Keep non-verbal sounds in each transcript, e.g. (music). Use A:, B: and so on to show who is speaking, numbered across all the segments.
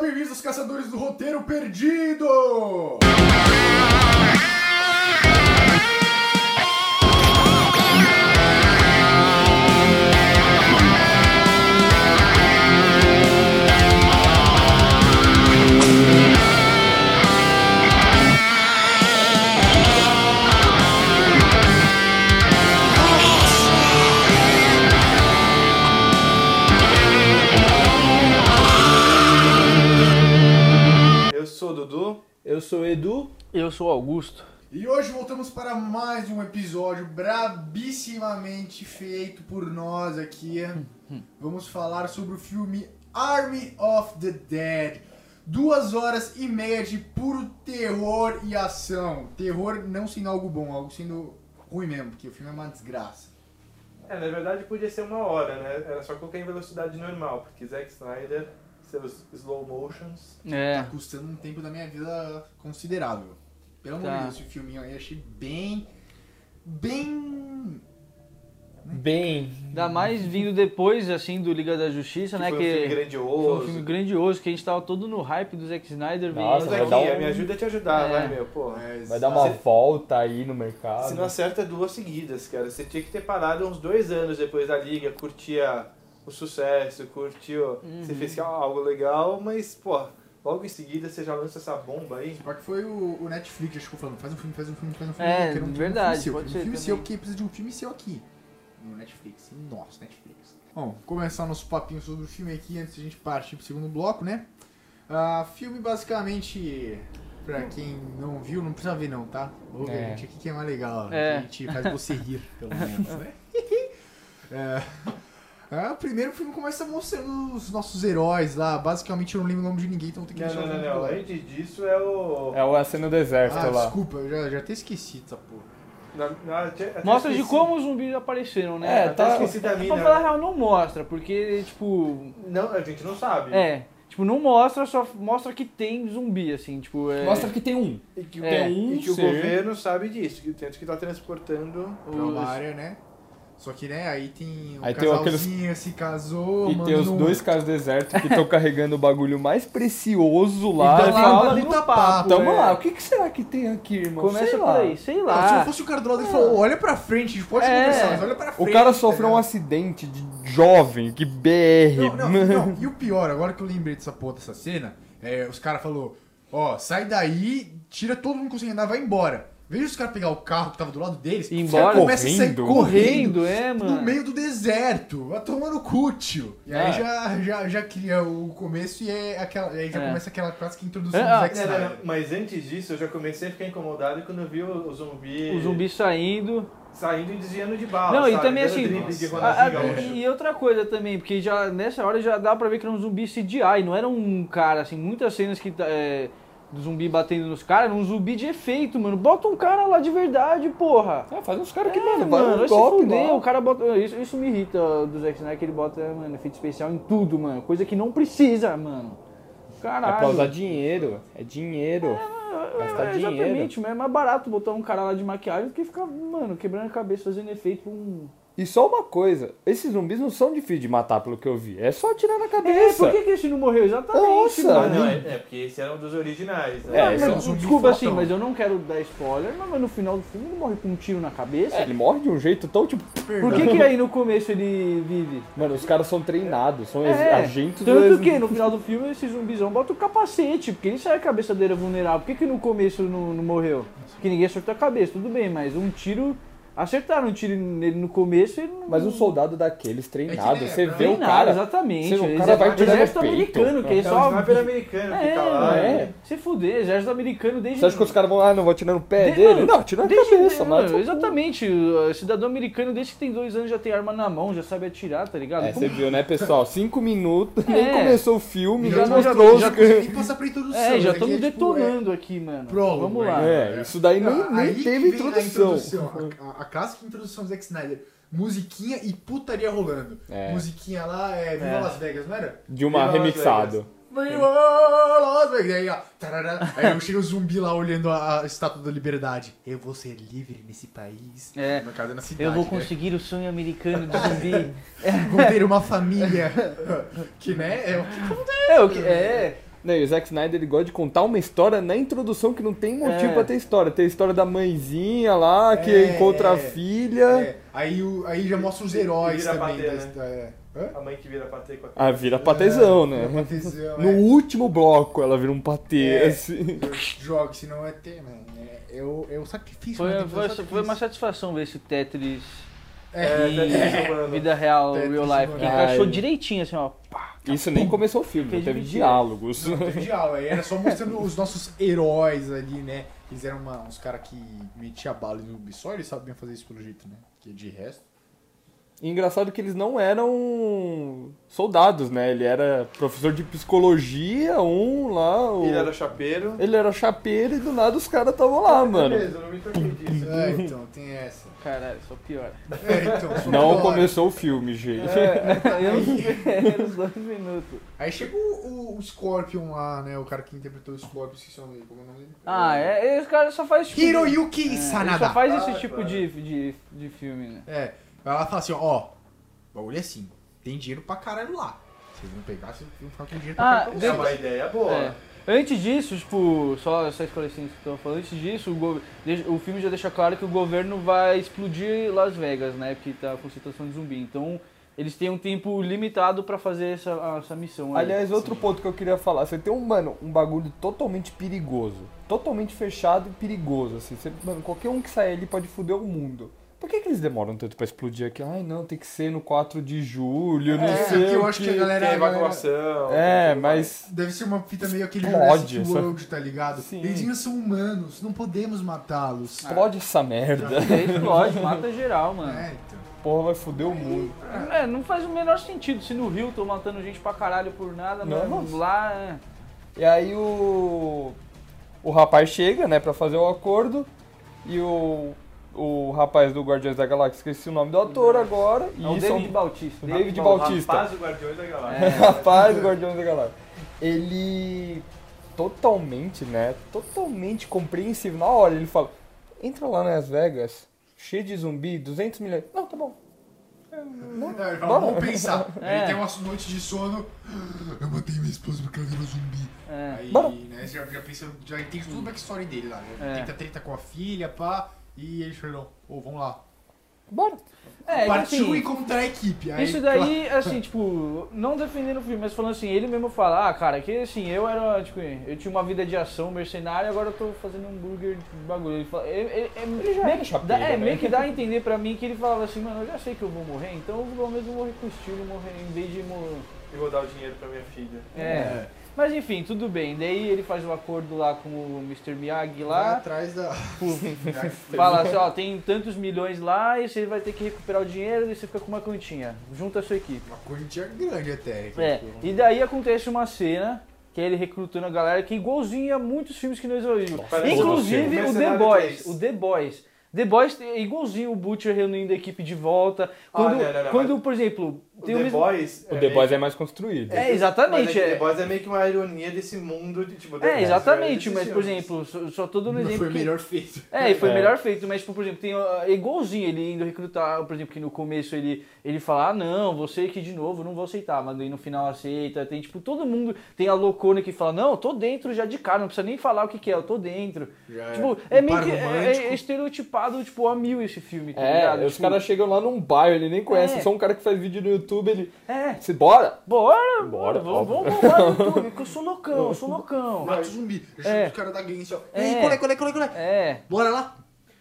A: bem-vindos, Ah, caçadores do roteiro perdido!
B: Eu sou o Dudu.
C: Eu sou o Edu.
D: Eu sou o Augusto.
A: E hoje voltamos para mais um episódio brabissimamente feito por nós aqui. Vamos falar sobre o filme Army of the Dead. Duas horas e meia de puro terror e ação. Terror não sendo algo bom, algo sendo ruim mesmo, porque o filme é uma desgraça.
B: É, na verdade podia ser uma hora, né? Era só colocar em velocidade normal, porque Zack Snyder, seus slow motions.
D: É.
A: Custando um tempo da minha vida considerável. Pelo amor
D: Tá.
A: de Deus, esse filminho aí eu achei bem. Bem.
C: Bem,
D: Ainda mais vindo depois, assim, do Liga da Justiça, né?
B: foi um filme
D: que foi
B: grandioso.
D: um filme grandioso, que a gente tava todo no hype do Zack Snyder. vem-
B: Mas
C: Nossa, vai
B: aqui,
C: dar um-
B: me ajuda a te ajudar,
D: né? É.
B: vai, meu, porra.
A: Mas- assim,
C: vai dar uma
B: Você-
C: volta aí no mercado.
B: Você não acerta é duas seguidas, cara. Você tinha que ter parado uns dois anos depois da liga, curtia o sucesso, curtiu. Você fez ah, algo legal, mas, pô, logo em seguida você já lança essa bomba aí.
A: Pior que foi o, o Netflix, acho que eu falando, faz um filme, faz um filme, faz um filme.
D: É,
A: eu quero um filme,
D: verdade,
A: um filme
D: pode
A: seu, eu quero
D: ser
A: Um filme seu
D: também.
A: que precisa de um filme seu aqui. No Netflix. Nossa, Netflix. Bom, começar nosso papinho sobre o filme aqui antes de a gente partir pro segundo bloco, né? Ah, filme basicamente, pra quem não viu, não precisa ver não, tá? Ouve
C: É.
A: a gente aqui que é mais legal.
D: É.
A: A gente faz você rir, pelo menos, né? (laughs) É. Ah, o primeiro filme começa mostrando os nossos heróis lá. Basicamente eu não lembro o nome de ninguém, então eu vou ter que
B: Não,
A: deixar
B: não,
A: o
B: não,
A: filme
B: não.
A: pro lado.
B: Antes disso é o.
C: É o cena do exército
A: Ah,
C: lá.
A: desculpa, eu já, já até esqueci essa porra.
B: Na- na- até- até
D: Mostra de
B: um- esqueci.
D: como os zumbis apareceram, né?
C: É,
B: Até
C: tá-
B: esqueci da
D: Pra
B: mina.
D: falar a real, não mostra, porque, tipo.
B: Não, a gente não sabe.
D: É. Tipo, não mostra, só mostra que tem zumbi, assim, tipo. É,
C: Mostra que tem um.
B: E que,
D: É,
B: tem
C: um
B: e que o
C: ser.
B: governo sabe disso, que tanto que tá transportando
A: Pra uma
B: os...
A: área, né? Só que, né, aí tem o
C: Aí tem
A: casalzinho, se casou, um-
C: e
A: mano,
C: tem os
A: não-
C: dois caras do exército que estão carregando o bagulho mais precioso
A: E
C: lá.
A: tão
D: Então
A: lá
C: E fala,
A: no puta
C: "Não,
A: papo, é.
C: tamo
A: velho."
C: lá, o que, que será que tem aqui, irmão?
D: é. Começa
C: Sei
D: por
C: lá.
D: aí, sei
A: Não, se eu
D: lá.
A: fosse o cara do lado, ele falou, olha pra frente, a gente pode
D: É.
A: conversar, mas olha pra
C: O
A: frente.
C: cara sofreu um
A: tá
C: acidente de jovem, que BR.
A: ligado? Não, não,
C: (laughs)
A: não, e o pior, agora que eu lembrei dessa porra dessa cena, é, os caras falou, ó, sai daí, tira todo mundo que consegue andar, vai embora. Veja os caras pegar o carro que tava do lado deles,
D: E
A: os
D: embora.
A: caras começam a sair
C: Correndo.
A: correndo.
D: Correndo, é,
A: No
D: mano.
A: meio do deserto, vai tomar no cu, tio. E aí
C: É.
A: já, já, já cria o começo e é aquela, aí já
D: É.
A: começa aquela clássica introdução
D: É,
A: do
D: ah,
A: Zack
B: Não, não,
A: Snyder.
B: não, Mas né? antes disso, eu já comecei a ficar incomodado quando eu vi o, o zumbi,
D: O zumbi saindo.
B: saindo e desviando de bala,
D: Não,
B: sabe?
D: e também
B: Dando
D: assim.
B: drible de
D: a- a-
B: Ronaldinho Gaúcho.
D: ah, e outra coisa também, porque já nessa hora já dá pra ver que era um zumbi CGI, não era um cara, assim, muitas cenas que. tá, É, do zumbi batendo nos caras, era um zumbi de efeito, mano. Bota um cara lá de verdade, porra.
C: Ah, faz uns caras que,
D: É,
C: mano, vai um
D: vai se
C: golpe
D: fuder,
C: lá.
D: o cara bota. Isso, isso me irrita ó, do Zack Snyder, que ele bota, mano, efeito especial em tudo, mano. Coisa que não precisa, mano. Caralho.
C: É pra usar dinheiro, é dinheiro. gastar
D: É,
C: dinheiro.
D: exatamente, mas é mais barato botar um cara lá de maquiagem do que ficar, mano, quebrando a cabeça fazendo efeito pra um.
C: E só uma coisa, esses zumbis não são difíceis de matar, pelo que eu vi. É só atirar na
D: É,
C: cabeça.
D: por que, que esse não morreu? Exatamente,
C: Nossa.
B: Ah,
D: mano.
B: não, é, é, porque esse era um dos originais, né?
C: É,
D: Ah, mas
C: esse é um
A: zumbi
D: desculpa assim,
A: fortão.
D: mas eu não quero dar spoiler, mas no final do filme ele morre com um tiro na cabeça.
C: É, ele morre de um jeito tão tipo.
D: Por que, que aí no começo ele vive?
C: Mano, os caras são treinados, são ex-
D: É,
C: agentes
D: Tanto
C: do
D: que no final do filme esse zumbizão bota o capacete, porque ele sai a cabeça dele é vulnerável. Por que, que no começo não, não morreu? Porque ninguém acertou a cabeça, tudo bem, mas um tiro. Acertaram um tiro nele no começo e não.
C: Mas um soldado daqueles treinados,
A: É que, né,
C: você
A: pra-
C: vê o
D: Treinado,
C: cara.
D: Exatamente.
C: Você vê, o cara vai
D: Exército-
C: tirar no
D: Exército
C: peito.
D: americano, que é
B: É o
D: só.
B: sniper americano que
D: É,
B: tá lá.
C: é.
B: né?
D: Se fuder, exército americano desde.
C: Você acha que os caras vão, ah, não vou atirar no pé
D: De-
C: dele?
D: mano,
C: Não, atira na
D: É Desde-
C: cabeça,
D: é,
C: mano.
D: mano, Exatamente. O cidadão americano, desde que tem dois anos, já tem arma na mão, já sabe atirar, tá ligado?
C: É,
D: Como-
C: você viu, né, pessoal? Cinco
D: (laughs)
C: minutos,
D: É.
C: nem começou o filme, já,
A: já, já,
C: mostrou
A: já
C: os caras.
A: consegui passar pra introdução.
D: É, já
A: isso aqui
D: estamos
A: é, tipo, é-
D: detonando aqui, mano.
A: prólogo,
D: Vamos
C: (laughs)
D: lá.
C: É, isso daí nem,
A: Não, aí
C: nem
A: que
C: teve
A: vem a
C: introdução.
A: introdução, A, a, a clássica introdução do Zack Snyder. Musiquinha e putaria rolando.
C: É.
A: Musiquinha lá, é Viva
D: É.
A: Las Vegas, não era?
C: De
B: Viva
C: uma
B: Las
C: remixado.
A: Viva Las Vegas! E aí, ó, tarará, aí eu chego o zumbi lá olhando a, a estátua da liberdade. Eu vou ser livre nesse país.
D: É.
A: Na casa, na cidade,
D: Eu vou
A: né?
D: conseguir o sonho americano
A: (laughs)
D: do zumbi.
A: Vão ter uma família. que, né? É o que
D: é, o que, é,
C: Não, e o Zack Snyder ele gosta de contar uma história na introdução que não tem motivo
D: É.
C: pra ter história. Tem a história da mãezinha lá, que
A: É,
C: encontra
A: é.
C: a filha.
A: É, aí, o- aí já mostra os heróis
B: Vira
A: também.
B: bater,
A: da
B: né?
A: história. é. Hã?
B: A mãe que vira patê com a
C: Ah, vira patezão,
A: É,
C: né?
A: vira patezão,
C: No
A: é.
C: último bloco ela vira um patê,
A: É.
C: assim.
A: Joga, senão é tema. né? É, o, é o sacrifício.
D: Foi,
A: mas tem que
D: foi,
A: fazer o
D: foi uma
A: sacrifício.
D: satisfação ver esse Tetris
A: É,
D: em
B: Tetris humano.
D: vida real,
A: Tetris é
D: real life. Que
A: humano.
D: encaixou
C: Ai.
D: direitinho, assim, ó.
C: Isso nem começou o filme, não
D: Fez
C: teve
D: mentira.
C: diálogos. (laughs)
A: Não, teve diálogo, aí era só mostrando os nossos heróis ali, né? Eles eram uma- uns caras que metiam bala no zumbi. Só eles sabiam fazer isso pelo jeito, né? Porque de resto.
C: E engraçado que eles não eram soldados, né? Ele era professor de psicologia, um lá. O...
B: Ele era é chapeiro.
C: Ele era chapeiro e do nada os caras estavam lá, mano.
B: Beleza, eu não me toquei disso.
A: É, então, tem essa.
D: Caralho, só pior.
A: É, então, só
C: Não
A: piora.
C: começou o filme,
A: É,
C: gente.
D: (laughs)
A: (laughs)
D: Eu não era os dois minutos.
A: Aí chega o, o, o Scorpion lá, né? O cara que interpretou o Scorpion, esqueci o nome dele. qual é o nome dele?
D: Ah, é, esse cara só faz tipo. de-
A: Hiroyuki
D: ele
A: Sanada.
D: só faz
B: Ah,
D: esse tipo
B: cara.
D: de, de, de filme, né?
A: É, ela fala assim, ó, ó, o bagulho é assim, tem dinheiro pra caralho lá. Vocês vão pegar, vocês vão ficar com dinheiro pra
D: Ah,
A: caralho. pra
B: É
A: vocês."
B: uma ideia boa.
D: É. Antes disso, tipo, só essas coleções que eu tava falando, antes disso, o, go- de- o filme já deixa claro que o governo vai explodir Las Vegas, né? Porque tá com situação de zumbi. Então, eles têm um tempo limitado pra fazer essa, essa missão. aí.
C: Aliás, outro ponto que eu queria falar, você tem um, mano, um bagulho totalmente perigoso, totalmente fechado e perigoso, assim, você, mano, qualquer um que sair ali pode foder o mundo. Por que, que eles demoram tanto pra explodir aqui? Ai, não, tem que ser no 4 de julho, não
A: É,
C: sei
A: porque eu
C: o
A: acho que
C: quê.
A: a galera-
B: Tem evacuação.
C: É,
B: tem-
C: mas
A: Deve ser uma fita meio aquele
C: Explode,
A: Jurassic
C: sabe?
A: World, tá ligado?
C: Sim.
A: Eles ainda são humanos, não podemos matá-los.
D: Ah.
C: explode essa merda. (laughs)
D: É, Explode, mata geral, mano.
A: É, então.
C: Porra, vai foder o mundo.
D: É, não faz o menor sentido. Se no Rio tô matando gente pra caralho por nada,
C: Não,
D: mas
C: nossa.
D: lá é.
C: E aí o. O rapaz chega, né, pra fazer o acordo. E o. O rapaz do Guardiões da Galáxia, esqueci o nome do ator agora. E
D: É o
C: isso é um-
D: David Bautista.
C: o David
B: O
C: Bautista.
B: Rapaz do Guardiões da
D: É.
B: Galáxia.
C: (laughs) rapaz do Guardiões da Galáxia. Ele totalmente, né? Totalmente compreensível. Na hora ele fala: entra lá nas Vegas, cheio de zumbi, 200 milhões. Não, tá bom.
A: Não, ele fala, Então, vamos pensar.
D: É.
A: Ele tem uma noite de sono. Eu matei minha esposa porque ela virou zumbi.
D: É.
A: Aí,
C: Bora.
A: né, já, já pensa, já entende tudo o backstory dele lá, né?
D: É.
A: Tenta treta com a filha, pá, e ele falou, ô, vamos lá.
C: Bora.
D: É,
A: Partiu
D: assim,
A: e contra a equipe. Aí,
D: Isso daí, assim, tipo, não defendendo o filme, mas falando assim, ele mesmo fala, ah, cara, que assim, eu era, tipo, eu tinha uma vida de ação mercenária, agora eu tô fazendo hambúrguer de bagulho. Ele, fala, ele, ele- ele-
C: já
D: meio,
C: era
D: que
C: chapeiro,
D: dá, é,
C: né?
D: meio que dá a entender pra mim que ele falava assim, mano, eu já sei que eu vou morrer, então eu vou pelo menos morrer com estilo, morrer em vez de morrer.
B: E vou dar o dinheiro pra minha filha.
D: É. Mas enfim, tudo bem. Daí ele faz um acordo lá com o Mr. Miyagi
A: Vai
D: lá.
A: atrás da.
D: Fala assim, ó, tem tantos milhões lá e você vai ter que recuperar o dinheiro e você fica com uma quantia. Junta a sua equipe.
A: Uma quantia grande até. que tipo,
D: É,
A: foi.
D: e daí acontece uma cena que é ele recrutando a galera que é igualzinha a muitos filmes que nós ouvimos.
B: Parece todo
D: Inclusive
B: filme.
D: o The
B: Mercenário
D: Boys.
B: 3.
D: O The Boys. The Boys é igualzinho o Butcher reunindo a equipe de volta. Quando,
B: Ah, não, não, não,
D: quando por exemplo,
B: O
D: tem o,
B: The
D: mesmo.
B: Boys.
C: O The
B: meio-
C: Boys é mais construído.
D: É,
B: Mas é
D: exatamente.
B: que The
D: É,
B: Boys é meio que uma ironia desse mundo de tipo. The
D: É,
B: Boys,
D: exatamente,
B: né,
D: mas
B: desses
D: por
B: filmes.
D: exemplo, só, só todo no
A: Não
D: um exemplo.
A: foi
D: que-
A: melhor feito.
D: É, e foi
C: É.
D: melhor feito, mas, tipo, por exemplo, tem ó, é igualzinho ele indo recrutar, por exemplo, que no começo ele, ele fala, ah, não, você que de novo, não vou aceitar, mas daí no final aceita, tem, tipo, todo mundo, tem a loucona que fala, não, eu tô dentro já de cara, não precisa nem falar o que que é, eu tô dentro.
A: Já
D: Tipo,
A: era.
D: é
A: Um
D: meio
A: par
D: que, é, é
A: romântico.
D: estereotipado, tipo, a mil esse filme, tá
C: É,
D: ligado?
C: os
D: Tipo,
C: caras chegam lá num bairro, ele nem conhece,
D: É.
C: só um cara que faz vídeo no YouTube, ele.
D: É,
C: Se bora!
D: bora,
C: Bora,
D: bora, vamos
C: óbvio.
D: vamos bombar (laughs) no YouTube, que eu sou loucão, eu sou loucão.
A: Mata o zumbi.
D: É.
A: Junta os caras da gangue assim, ó.
D: É.
A: Ei, colé, colé, colé, colé.
D: É,
A: Bora lá.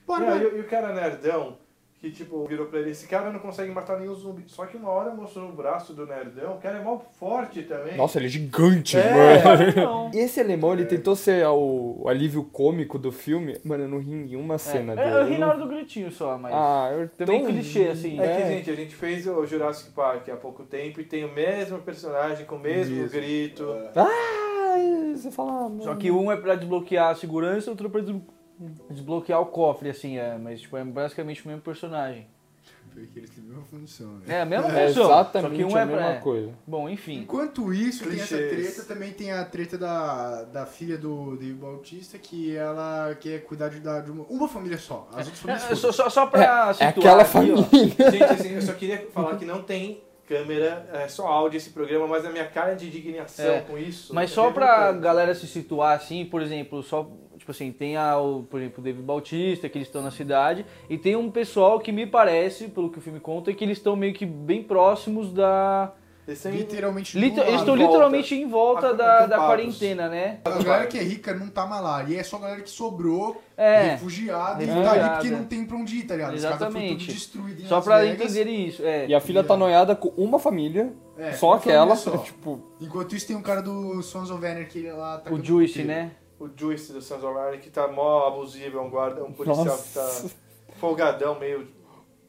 A: Bora,
B: Não,
A: lá.
B: e, o- e o cara nerdão, que tipo, virou pra ele, esse cara não consegue matar nenhum zumbi. Só que uma hora mostrou o braço do nerdão, o cara é mó forte também.
C: Nossa, ele é então. gigante, mano.
D: é,
C: (laughs)
D: não, não.
C: Esse alemão, ele tentou ser ah, o, o alívio cômico do filme. Mano, eu não ri em uma cena
D: É,
C: dele.
D: eu ri
C: não-
D: na hora do gritinho só, mas...
C: Ah, eu
D: Também
C: tão-
D: clichê, assim.
B: É que,
C: É.
B: gente, a gente fez o Jurassic Park há pouco tempo e tem o mesmo personagem, com o mesmo
A: Mesmo.
B: grito.
C: é. Ah, você fala.
D: Só que um é pra desbloquear a segurança, outro é pra des- desbloquear o cofre, assim, é. Mas, tipo, é basicamente o mesmo personagem.
A: Porque eles têm a mesma função, né?
D: É a mesma
C: (laughs) É
D: função,
C: exatamente
D: só que um
C: a
D: é pra...
C: mesma
D: é.
C: coisa.
D: Bom, enfim.
A: Enquanto isso, tem essa
B: Clichês.
A: treta, também tem a treta da, da filha do David Bautista, que ela quer cuidar de, da- de uma, uma família só. As outras
D: É,
A: famílias
D: só,
A: foda-se.
D: só, só pra
C: É
D: situar
C: aquela
D: aqui, ó.
C: família.
B: Gente, assim, eu só queria falar que não tem câmera, é só áudio esse programa, mas a minha cara de indignação
D: É,
B: com isso.
D: Mas
B: é
D: só pra
B: revoltante.
D: galera se situar assim, por exemplo, só. Tipo assim, tem a, o, por exemplo, o David Bautista, que eles estão na cidade, e tem um pessoal que me parece, pelo que o filme conta, que eles estão meio que bem próximos da.
B: Eles são em-
A: Literalmente. do
D: Liter- eles
A: lado.
D: estão
B: em Tipo, volta.
D: literalmente em volta
B: Ac-
D: da, da
B: acampados.
D: quarentena, né?
A: A galera que é rica não tá malada. E é só a galera que sobrou,
D: É.
A: refugiada, e tá
D: Refugiada.
A: ali porque não tem pra onde ir, tá ligado? As casas foram tudo
D: Exatamente.
A: destruídas em
D: Só
A: Las
D: pra
A: Vegas.
D: entenderem isso. É.
C: E a filha tá noiada com uma família,
A: É,
C: só
A: uma família
C: aquela.
A: só.
C: (laughs) Tipo,
A: Enquanto isso tem um cara do Sons of Anarchy que ele lá tá
D: O Juice, né?
B: o Juice do Sons of Anarchy, que tá mó abusivo, é um guarda, é um policial
C: nossa.
B: que tá folgadão, meio.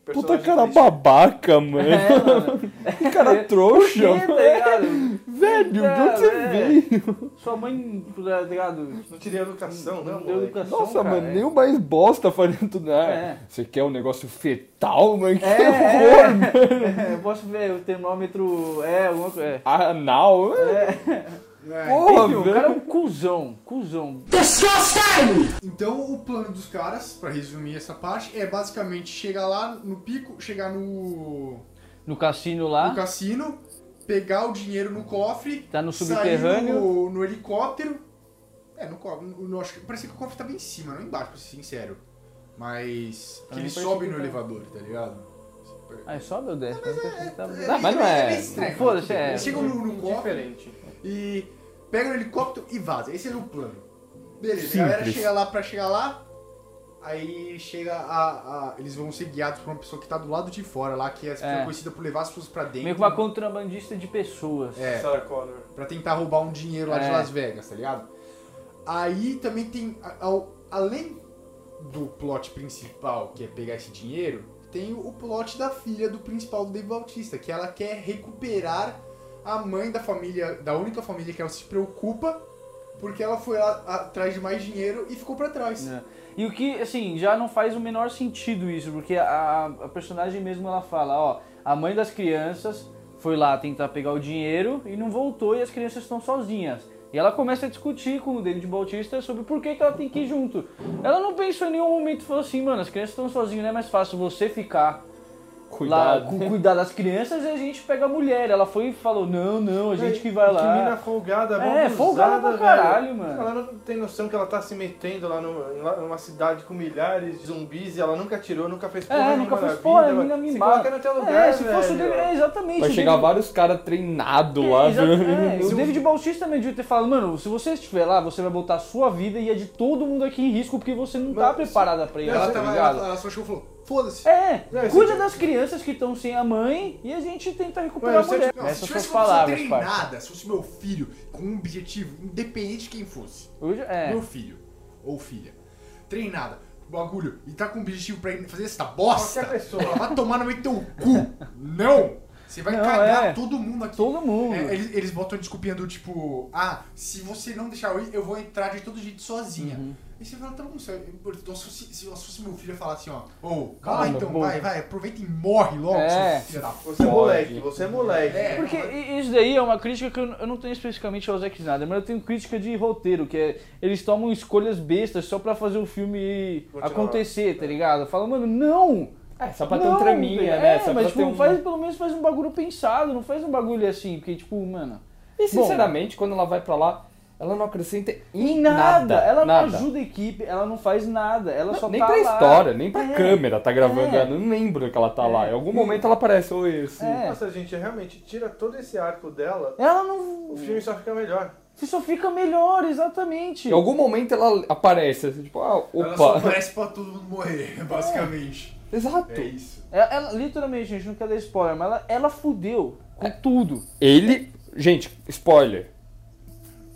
C: Puta
B: personagem
C: cara
B: triste.
C: babaca, mano.
D: (laughs) É, mano.
C: (laughs) Que cara
D: Que, tá
C: trouxa.
D: ligado?
C: Velho, de onde
D: É.
C: você veio?
D: (laughs) Sua mãe, tá ligado?
B: Não teria educação, né,
D: Não deu
B: moleque?
D: educação,
C: Nossa,
D: cara,
C: mano,
D: é.
C: nem o mais bosta faria tudo.
D: É.
C: né? Você quer um negócio fetal, mano? Que
D: É,
C: horror, mano.
D: É, eu posso ver o termômetro. É, alguma coisa. É.
C: Anal, é.
A: É.
C: Porra,
D: Enfim, o
C: velho.
D: cara é um cuzão, cuzão.
A: Então, o plano dos caras, pra resumir essa parte, é basicamente chegar lá no pico, chegar no,
D: No cassino
A: no
D: lá,
A: cassino, pegar o dinheiro no cofre,
D: tá no
A: sair
D: subterrâneo.
A: no, no helicóptero. É, no cofre. no- no- acho que- Parece que o cofre tava em cima, não embaixo, pra ser sincero. Mas. Que
D: Também
A: ele
D: parece
A: sobe
D: que
A: no
D: tá.
A: elevador, tá ligado?
D: Ah, é só meu 10.
C: Não, mas não é-
A: meio estranho,
D: Foda-se, é.
A: Eles
C: um
A: chegam no, no cofre,
B: Diferente.
A: e pega o helicóptero e vaza. Esse era o plano. Beleza, a
C: Simples.
A: galera chega lá pra chegar lá, aí chega a, a- Eles vão ser guiados por uma pessoa que tá do lado de fora lá, que é,
D: É.
A: conhecida por levar as pessoas pra dentro.
D: Meio que uma contrabandista de pessoas.
A: É.
B: Sarah Connor.
A: Pra tentar roubar um dinheiro lá de
D: É.
A: Las Vegas, tá ligado? Aí também tem. a- ao- além do plot principal, que é pegar esse dinheiro, tem o plot da filha do principal do Dave Bautista, que ela quer recuperar a mãe da família, da única família que ela se preocupa, porque ela foi lá atrás de mais dinheiro e ficou pra trás.
D: É. E o que, assim, já não faz o menor sentido isso, porque a, a personagem mesmo ela fala, ó, a mãe das crianças foi lá tentar pegar o dinheiro e não voltou e as crianças estão sozinhas. E ela começa a discutir com o David Bautista sobre por que, que ela tem que ir junto. Ela não pensou em nenhum momento e falou assim, mano, as crianças estão sozinhas, não é mais fácil você ficar lá
C: Cuidado.
D: cu- cuidar das crianças e a gente pega a mulher. Ela foi e falou, não, não, a gente que vai lá.
B: Que mina folgada, mal
D: É, folgada pra
B: abusada,
D: caralho,
B: velho.
D: mano.
B: Ela não tem noção que ela tá se metendo lá numa, lá numa cidade com milhares de zumbis e ela nunca tirou, nunca fez porra
D: É,
B: nenhuma
D: nunca
B: na
D: fez
B: vida,
D: porra, a
B: mano.
D: mina
B: Se
D: mimada.
B: coloca no teu lugar,
D: é, se fosse o
B: velho.
D: David, é, exatamente.
C: Vai
D: o
C: chegar
D: David-
C: vários caras treinados
D: É,
C: lá, (laughs)
D: exa- é,
C: viu?
D: o David Bautista também devia ter falado, mano, se você estiver lá, você vai botar a sua vida e a de todo mundo aqui em risco porque você não tá
B: Mano,
D: preparada pra
A: E
D: isso,
A: ela,
D: tá
A: tava,
D: ligado?
A: ela, ela só chegou e falou: foda-se.
D: É,
B: Não,
D: cuida
B: né, se-
D: das crianças que estão sem a mãe e a gente tenta recuperar
B: Mano,
D: a
B: se eu
D: mulher.
B: tivesse- um
A: Não,
D: Essas
A: se
D: são as
A: tivesse uma pessoa
D: palavras, pai.
A: treinada, se fosse meu filho, com um objetivo, independente de quem fosse.
D: Hoje, é.
A: meu filho ou filha, treinada, bagulho, e tá com objetivo pra fazer essa bosta,
B: Qualquer pessoa.
A: ela vai tomar no meio do teu cu. Não! Você vai
D: Não,
A: cagar
D: é.
A: todo mundo aqui.
D: Todo mundo.
A: É, eles, eles botam desculpinha do tipo, ah, se você não deixar eu ir, eu vou entrar de todo jeito sozinha.
D: Uhum.
A: E você fala, tá bom, se, então, se, fosse- se fosse meu filho falar assim, ó, ô, cala
D: Calma,
A: então,
D: pô.
A: vai, vai, aproveita e morre logo,
D: É.
A: seu filho da puta.
B: Você é
C: Pode.
B: moleque, você é moleque.
A: É.
D: Porque i- isso daí é uma crítica que eu eu não tenho especificamente ao Zack Snyder, mas eu tenho crítica de roteiro, que é eles tomam escolhas bestas só pra fazer o filme
B: Continuar. É.
D: acontecer, tá ligado? Falam, mano, não!
C: É, só pra ter um
D: Não,
C: traminha,
D: é,
C: né? Só pra
D: mas tipo,
C: ter um...
D: faz, pelo menos faz um bagulho pensado, não faz um bagulho assim, porque tipo, mano...
C: E
D: Bom,
C: sinceramente, quando ela vai pra lá, ela não acrescenta em
D: em nada, ela
C: nada.
D: não ajuda a equipe, ela não faz nada, ela só
C: nem
D: tá
C: pra
D: lá.
C: história, nem pra
D: É,
C: câmera tá gravando
D: é.
C: ela. Eu não lembro que ela tá lá. Em algum momento ela aparece, oi, assim.
D: É.
B: Nossa, gente, realmente, tira todo esse arco dela,
D: Ela
B: o
D: não...
B: filme só fica melhor.
D: Você só fica melhor, exatamente.
C: Em algum momento ela aparece, assim, tipo, ah,
A: Ela só
C: opa.
A: aparece pra todo mundo morrer, (laughs) basicamente.
C: (laughs) Exato.
A: É isso.
D: Ela, ela- literalmente, gente, não quer dar spoiler, mas ela, ela fudeu com tudo.
C: Ele, gente, spoiler.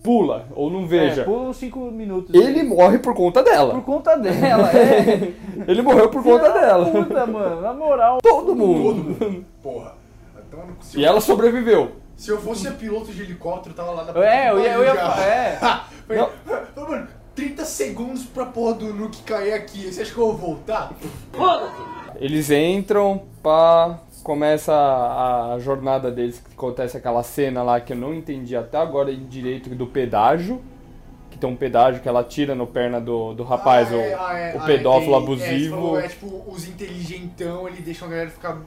C: Pula ou não veja.
D: É, pula uns 5 minutos.
C: Ele morre por conta
D: Por
C: dela. (laughs)
D: conta dela, é.
C: Ele morreu por conta
D: Filha da
C: dela.
D: Puta, mano, na moral.
C: Todo mundo.
A: Todo mundo. Porra. Então, se
C: E
A: eu-
C: ela sobreviveu.
A: Se eu fosse piloto de helicóptero, eu tava lá na
D: É, eu ia, eu ia
A: já. (laughs)
D: falar. É.
A: Foi,
C: Não.
A: "Ah, mano, 30 segundos pra porra do Nuke cair aqui. Você acha que eu vou voltar?
C: Eles entram, pá, começa a, a jornada deles, que acontece aquela cena lá que eu não entendi até agora em direito do pedágio. Que tem um pedágio que ela tira no perna do, do rapaz,
A: Ah,
C: o,
A: é, ah, é,
C: o
A: ah,
C: pedófilo
A: é, tem- é, você
C: abusivo.
A: falou, É, tipo, os inteligentão, ele deixa a galera ficar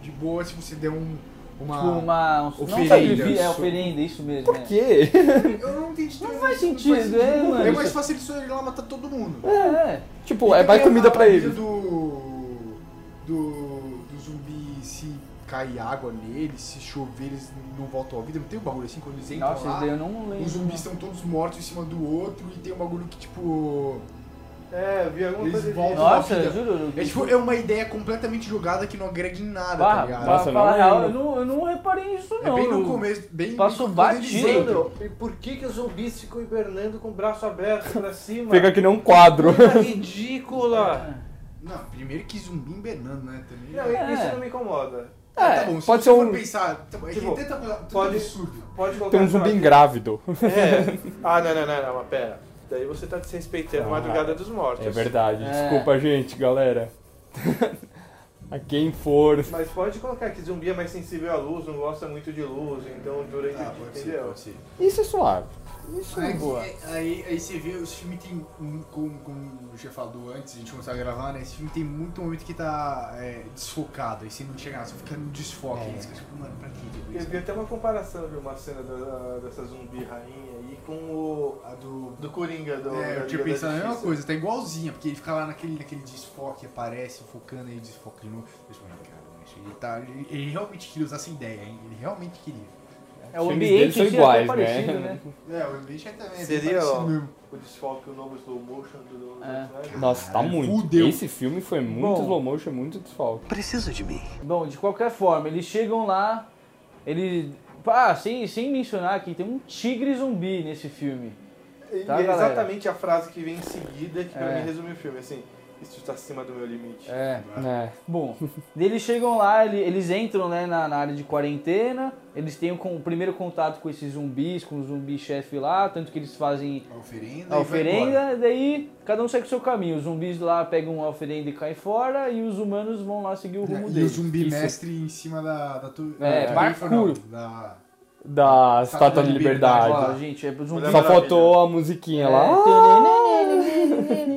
A: de boa se você der um, Uma...
D: Tipo, uma... Um,
A: Oferenda,
D: sacrifício- É,
A: isso.
D: oferenda, isso mesmo.
C: Por
D: é.
C: quê?
A: Eu não entendi.
D: Não
A: também,
D: faz
A: isso
D: sentido, é, mano.
A: É mais fácil eles só ir lá matar todo mundo.
D: É, é.
C: (laughs)
A: E
C: tipo, é mais
A: também
C: comida
A: a
C: pra
A: família
C: eles.
A: Do, do, do zumbi, se cair água neles, se chover, eles não voltam à vida. Não tem um bagulho assim quando eles entram
D: Nossa, isso
A: lá.
D: daí eu não lembro.
A: Os zumbis estão todos mortos em cima do outro e tem um bagulho que, tipo.
B: É, eu vi alguma
A: Eles
B: coisa
A: voltam.
D: Nossa,
A: Vida.
D: eu juro.
A: É, tipo, é uma ideia completamente jogada que não agrega em nada, tá
D: Barra,
A: ligado?
D: barra,
C: Nossa,
D: fala
C: não
D: a real, eu
C: lembro.
D: não, eu não reparei isso
A: é
D: não.
A: bem no
D: eu-
A: começo, bem.
D: Passou
A: bem quando
D: batido.
A: eles entram.
B: Mano, e por que, que os zumbis ficam hibernando com o braço aberto pra cima?
C: Fica que nem um quadro.
B: Coisa ridícula!
A: Não, primeiro que zumbi embenando, né? Também.
B: Não, isso não me incomoda.
A: Ah, tá
D: É,
A: bom, se
C: pode
A: você
C: ser
A: for
C: um-
A: pensar, tá bom, é que
B: Tipo,
A: tem tanta coisa, tanto
B: pode-
A: absurdo.
B: Pode colocar.
C: Tem um zumbi ingrávido.
B: É. Ah, não, não, não, não, mas pera. Daí você tá desrespeitando a
C: Ah,
B: madrugada dos mortos.
C: É (laughs) verdade,
D: É.
C: desculpa gente, galera. (laughs) A quem for.
B: Mas pode colocar que zumbi é mais sensível à luz, não gosta muito de luz, então durante o
A: Ah,
B: dia,
A: pode ser,
B: entendeu?
A: pode ser.
C: Isso é suave. Isso é
A: Aí,
C: boa.
A: aí, aí você vê, os filmes tem, um- como, como eu tinha falado antes, a gente começar a gravar, né? Esse filme tem muito momento que tá é, desfocado, aí você não chega, você fica no desfoque. Aí você fica tipo, mano, pra que tudo
B: Eu
A: isso?
B: vi até uma comparação de uma cena da- dessa zumbi rainha aí com o.
A: A do...
B: do Coringa do.
A: é,
B: da
A: eu tinha
B: Liga da
A: pensado a mesma
B: Justiça.
A: coisa, tá igualzinha, porque ele fica lá naquele, naquele desfoque, aparece, focando, aí desfoca de novo. Eu falei, cara, mas ele, tá, ele, ele realmente queria usar essa ideia, hein? Ele realmente queria.
D: É, o
C: Os filmes
D: ambiente
C: deles são
D: em si é até
C: iguais,
D: parecido,
C: né?
D: né?
A: É, o ambiente é também.
B: Seria,
A: parecido
B: ó,
A: mesmo.
B: O desfoque, o novo slow motion do. do
D: É.
B: Zack Snyder.
C: Nossa, tá
A: Caralho,
C: muito.
A: fudeu.
C: Esse filme foi muito
D: Bom.
C: slow motion, muito desfalque.
D: Bom, de qualquer forma, eles chegam lá, eles... Ah, sem, sem mencionar que tem um tigre zumbi nesse filme.
B: E
D: Tá,
B: é
D: galera?
B: exatamente a frase que vem em seguida que pra
D: É.
B: mim resume o filme, assim, isso está acima do meu limite.
D: É.
C: É.
D: Bom, daí eles chegam lá, ele- eles entram né, na, na área de quarentena, eles têm o, con- o primeiro contato com esses zumbis, com o zumbi-chefe lá, tanto que eles fazem
A: A oferenda.
D: a
A: e vai embora.
D: oferenda, daí cada um segue o seu caminho. Os zumbis lá pegam a oferenda e caem fora, e os humanos vão lá seguir o rumo
A: E o
D: deles.
A: zumbi
C: Isso.
A: mestre em cima da. da tu,
D: É,
A: da
D: parkour.
A: não, da-
C: Da
A: da
C: Estátua de
A: Liberdade,
C: Ah, tá Liberdade. É,
D: Ó, gente, é zumbi.
B: Olha
C: Só
B: Maravilha.
C: faltou a musiquinha lá.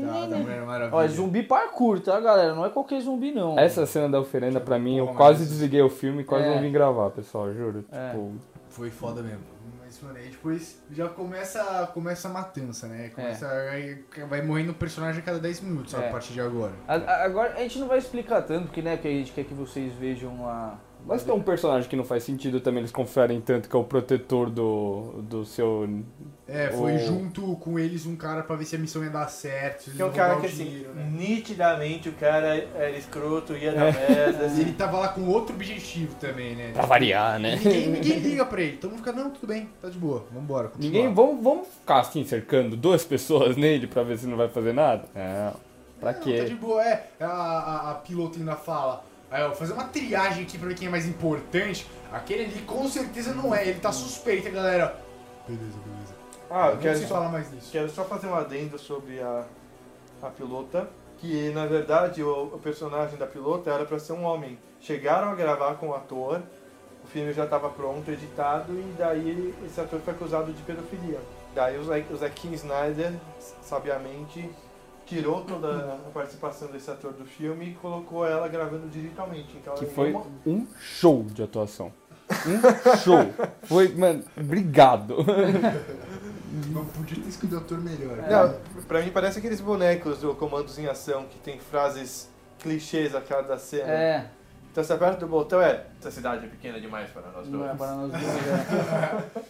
A: da, da Mulher Maravilha.
D: Ó, é zumbi parkour, tá, galera? Não é qualquer zumbi, não.
C: Essa cena da oferenda, pra mim, eu
A: Porra,
C: quase
A: mas-
C: desliguei o filme e quase
D: É.
C: não vim gravar, pessoal, juro.
D: É.
C: Tipo,
A: Foi foda mesmo. Mas, mano, aí depois já começa, começa a matança, né? Começa, aí vai morrendo um personagem a cada 10 minutos
D: É.
A: a partir de agora.
D: A- a- agora, a gente não vai explicar tanto, porque, né, porque a gente quer que vocês vejam a...
C: Mas tem um personagem que não faz sentido também, eles conferem tanto que é o protetor do, do seu.
A: É, foi
C: O-
A: junto com eles um cara pra ver se a missão ia dar certo. se eles
B: Que é um
A: iam
B: cara
A: roubar
B: que
A: o
B: assim,
A: dinheiro, né?
B: nitidamente o cara era escroto, ia na merda,
A: E
B: assim.
A: Ele tava lá com outro objetivo também, né?
C: variar, né?
A: Ninguém, ninguém liga pra ele. Todo mundo fica, não, tudo bem, tá de boa, vambora. continuar.
C: Ninguém. Vamos, vamos ficar assim, cercando duas pessoas (laughs) nele pra ver se não vai fazer nada? Não. É. Pra
A: Não, Tá de
C: quê?
A: boa, é. A, a, a piloto ainda fala. Aí, ó, vou fazer uma triagem aqui pra ver quem é mais importante. Aquele ali com certeza não é, ele tá suspeito, hein, galera. Beleza, beleza.
B: Ah, eu
A: não
B: quero
A: quero
B: só,
A: falar mais disso.
B: quero só fazer um adendo sobre a, a pilota, que na verdade o, o personagem da pilota era pra ser um homem. Chegaram a gravar com o ator, o filme já tava pronto, editado, e daí esse ator foi acusado de pedofilia. Daí o Zack- o Zack Snyder, sabiamente, tirou toda a participação desse ator do filme e colocou ela gravando digitalmente. Então
C: Que
B: ela
C: foi
A: né?
B: não-
C: um show de atuação. Um (laughs) show. Foi, mano, obrigado.
A: Não podia ter escolhido o ator melhor.
B: Não, pra mim parece aqueles bonecos do Comandos em Ação que tem frases clichês a cada cena.
D: É,
B: Então você aperta o botão é. Essa cidade é pequena demais para nós
D: não
B: dois.
D: é para nós dois,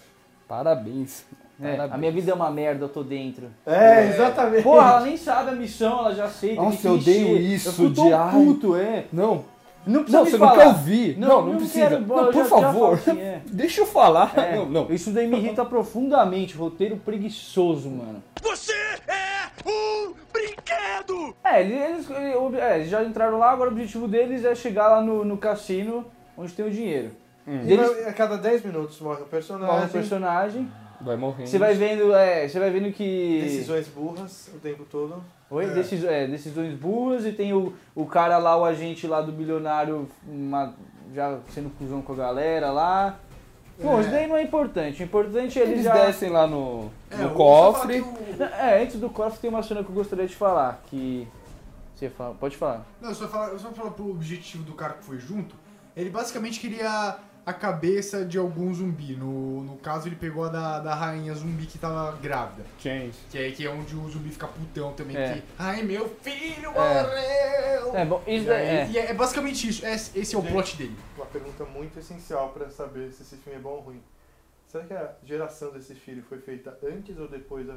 C: Parabéns.
D: (laughs) é. É, A minha vida é uma merda, eu tô dentro.
B: É, exatamente.
D: Porra, ela nem sabe a missão, ela já aceita.
C: Nossa,
D: que
C: eu
D: clichê.
C: odeio isso,
D: Eu fico tão
C: de- ai.
D: puto, é.
C: Não,
D: Não precisa
C: não,
D: me
C: você não
D: falar.
C: quer ouvir. Não, não, precisa.
D: quero,
C: não,
D: eu
C: por
D: já- já
C: favor.
D: falo quem é.
C: (laughs) Deixa eu falar.
D: É,
C: Não, não.
D: Isso daí me irrita profundamente, roteiro preguiçoso, mano. Você é um brinquedo! É, eles, eles- é, eles já entraram lá, agora o objetivo deles é chegar lá no, no cassino onde tem o dinheiro.
C: Hum.
D: E
B: E
D: Eles
B: vai- é a cada 10 minutos morre um personagem.
D: morrem o personagem.
C: Vai morrendo.
D: Você vai vendo, é, você vai vendo que.
B: Decisões burras o tempo todo.
D: Oi?
A: É.
D: Decis- é, decisões burras e tem o, o cara lá, o agente lá do bilionário, uma- já sendo cuzão com a galera lá. Bom,
A: É.
D: isso daí não é importante. O importante é eles,
C: Eles
D: já.
C: descem lá no,
A: É,
C: no
A: eu vou só falar
C: cofre.
A: que o-
D: É, antes do cofre tem uma cena que eu gostaria de falar, que. Você fala, pode falar.
A: Não, eu só falo, eu só falo pro objetivo do cara que foi junto. Ele basicamente queria a cabeça de algum zumbi. No, no caso, ele pegou a da, da rainha zumbi que tava grávida.
C: Gente.
A: Que é, que é onde o zumbi fica putão também.
D: É.
A: Que, Ai, meu filho
B: É.
A: morreu!
D: É, bom, isso
A: E aí-
D: daí-
A: E é, é basicamente isso. Esse, esse é o
B: Gente.
A: plot dele.
B: Uma pergunta muito essencial pra saber se esse filme é bom ou ruim. Será que a geração desse filho foi feita antes ou depois da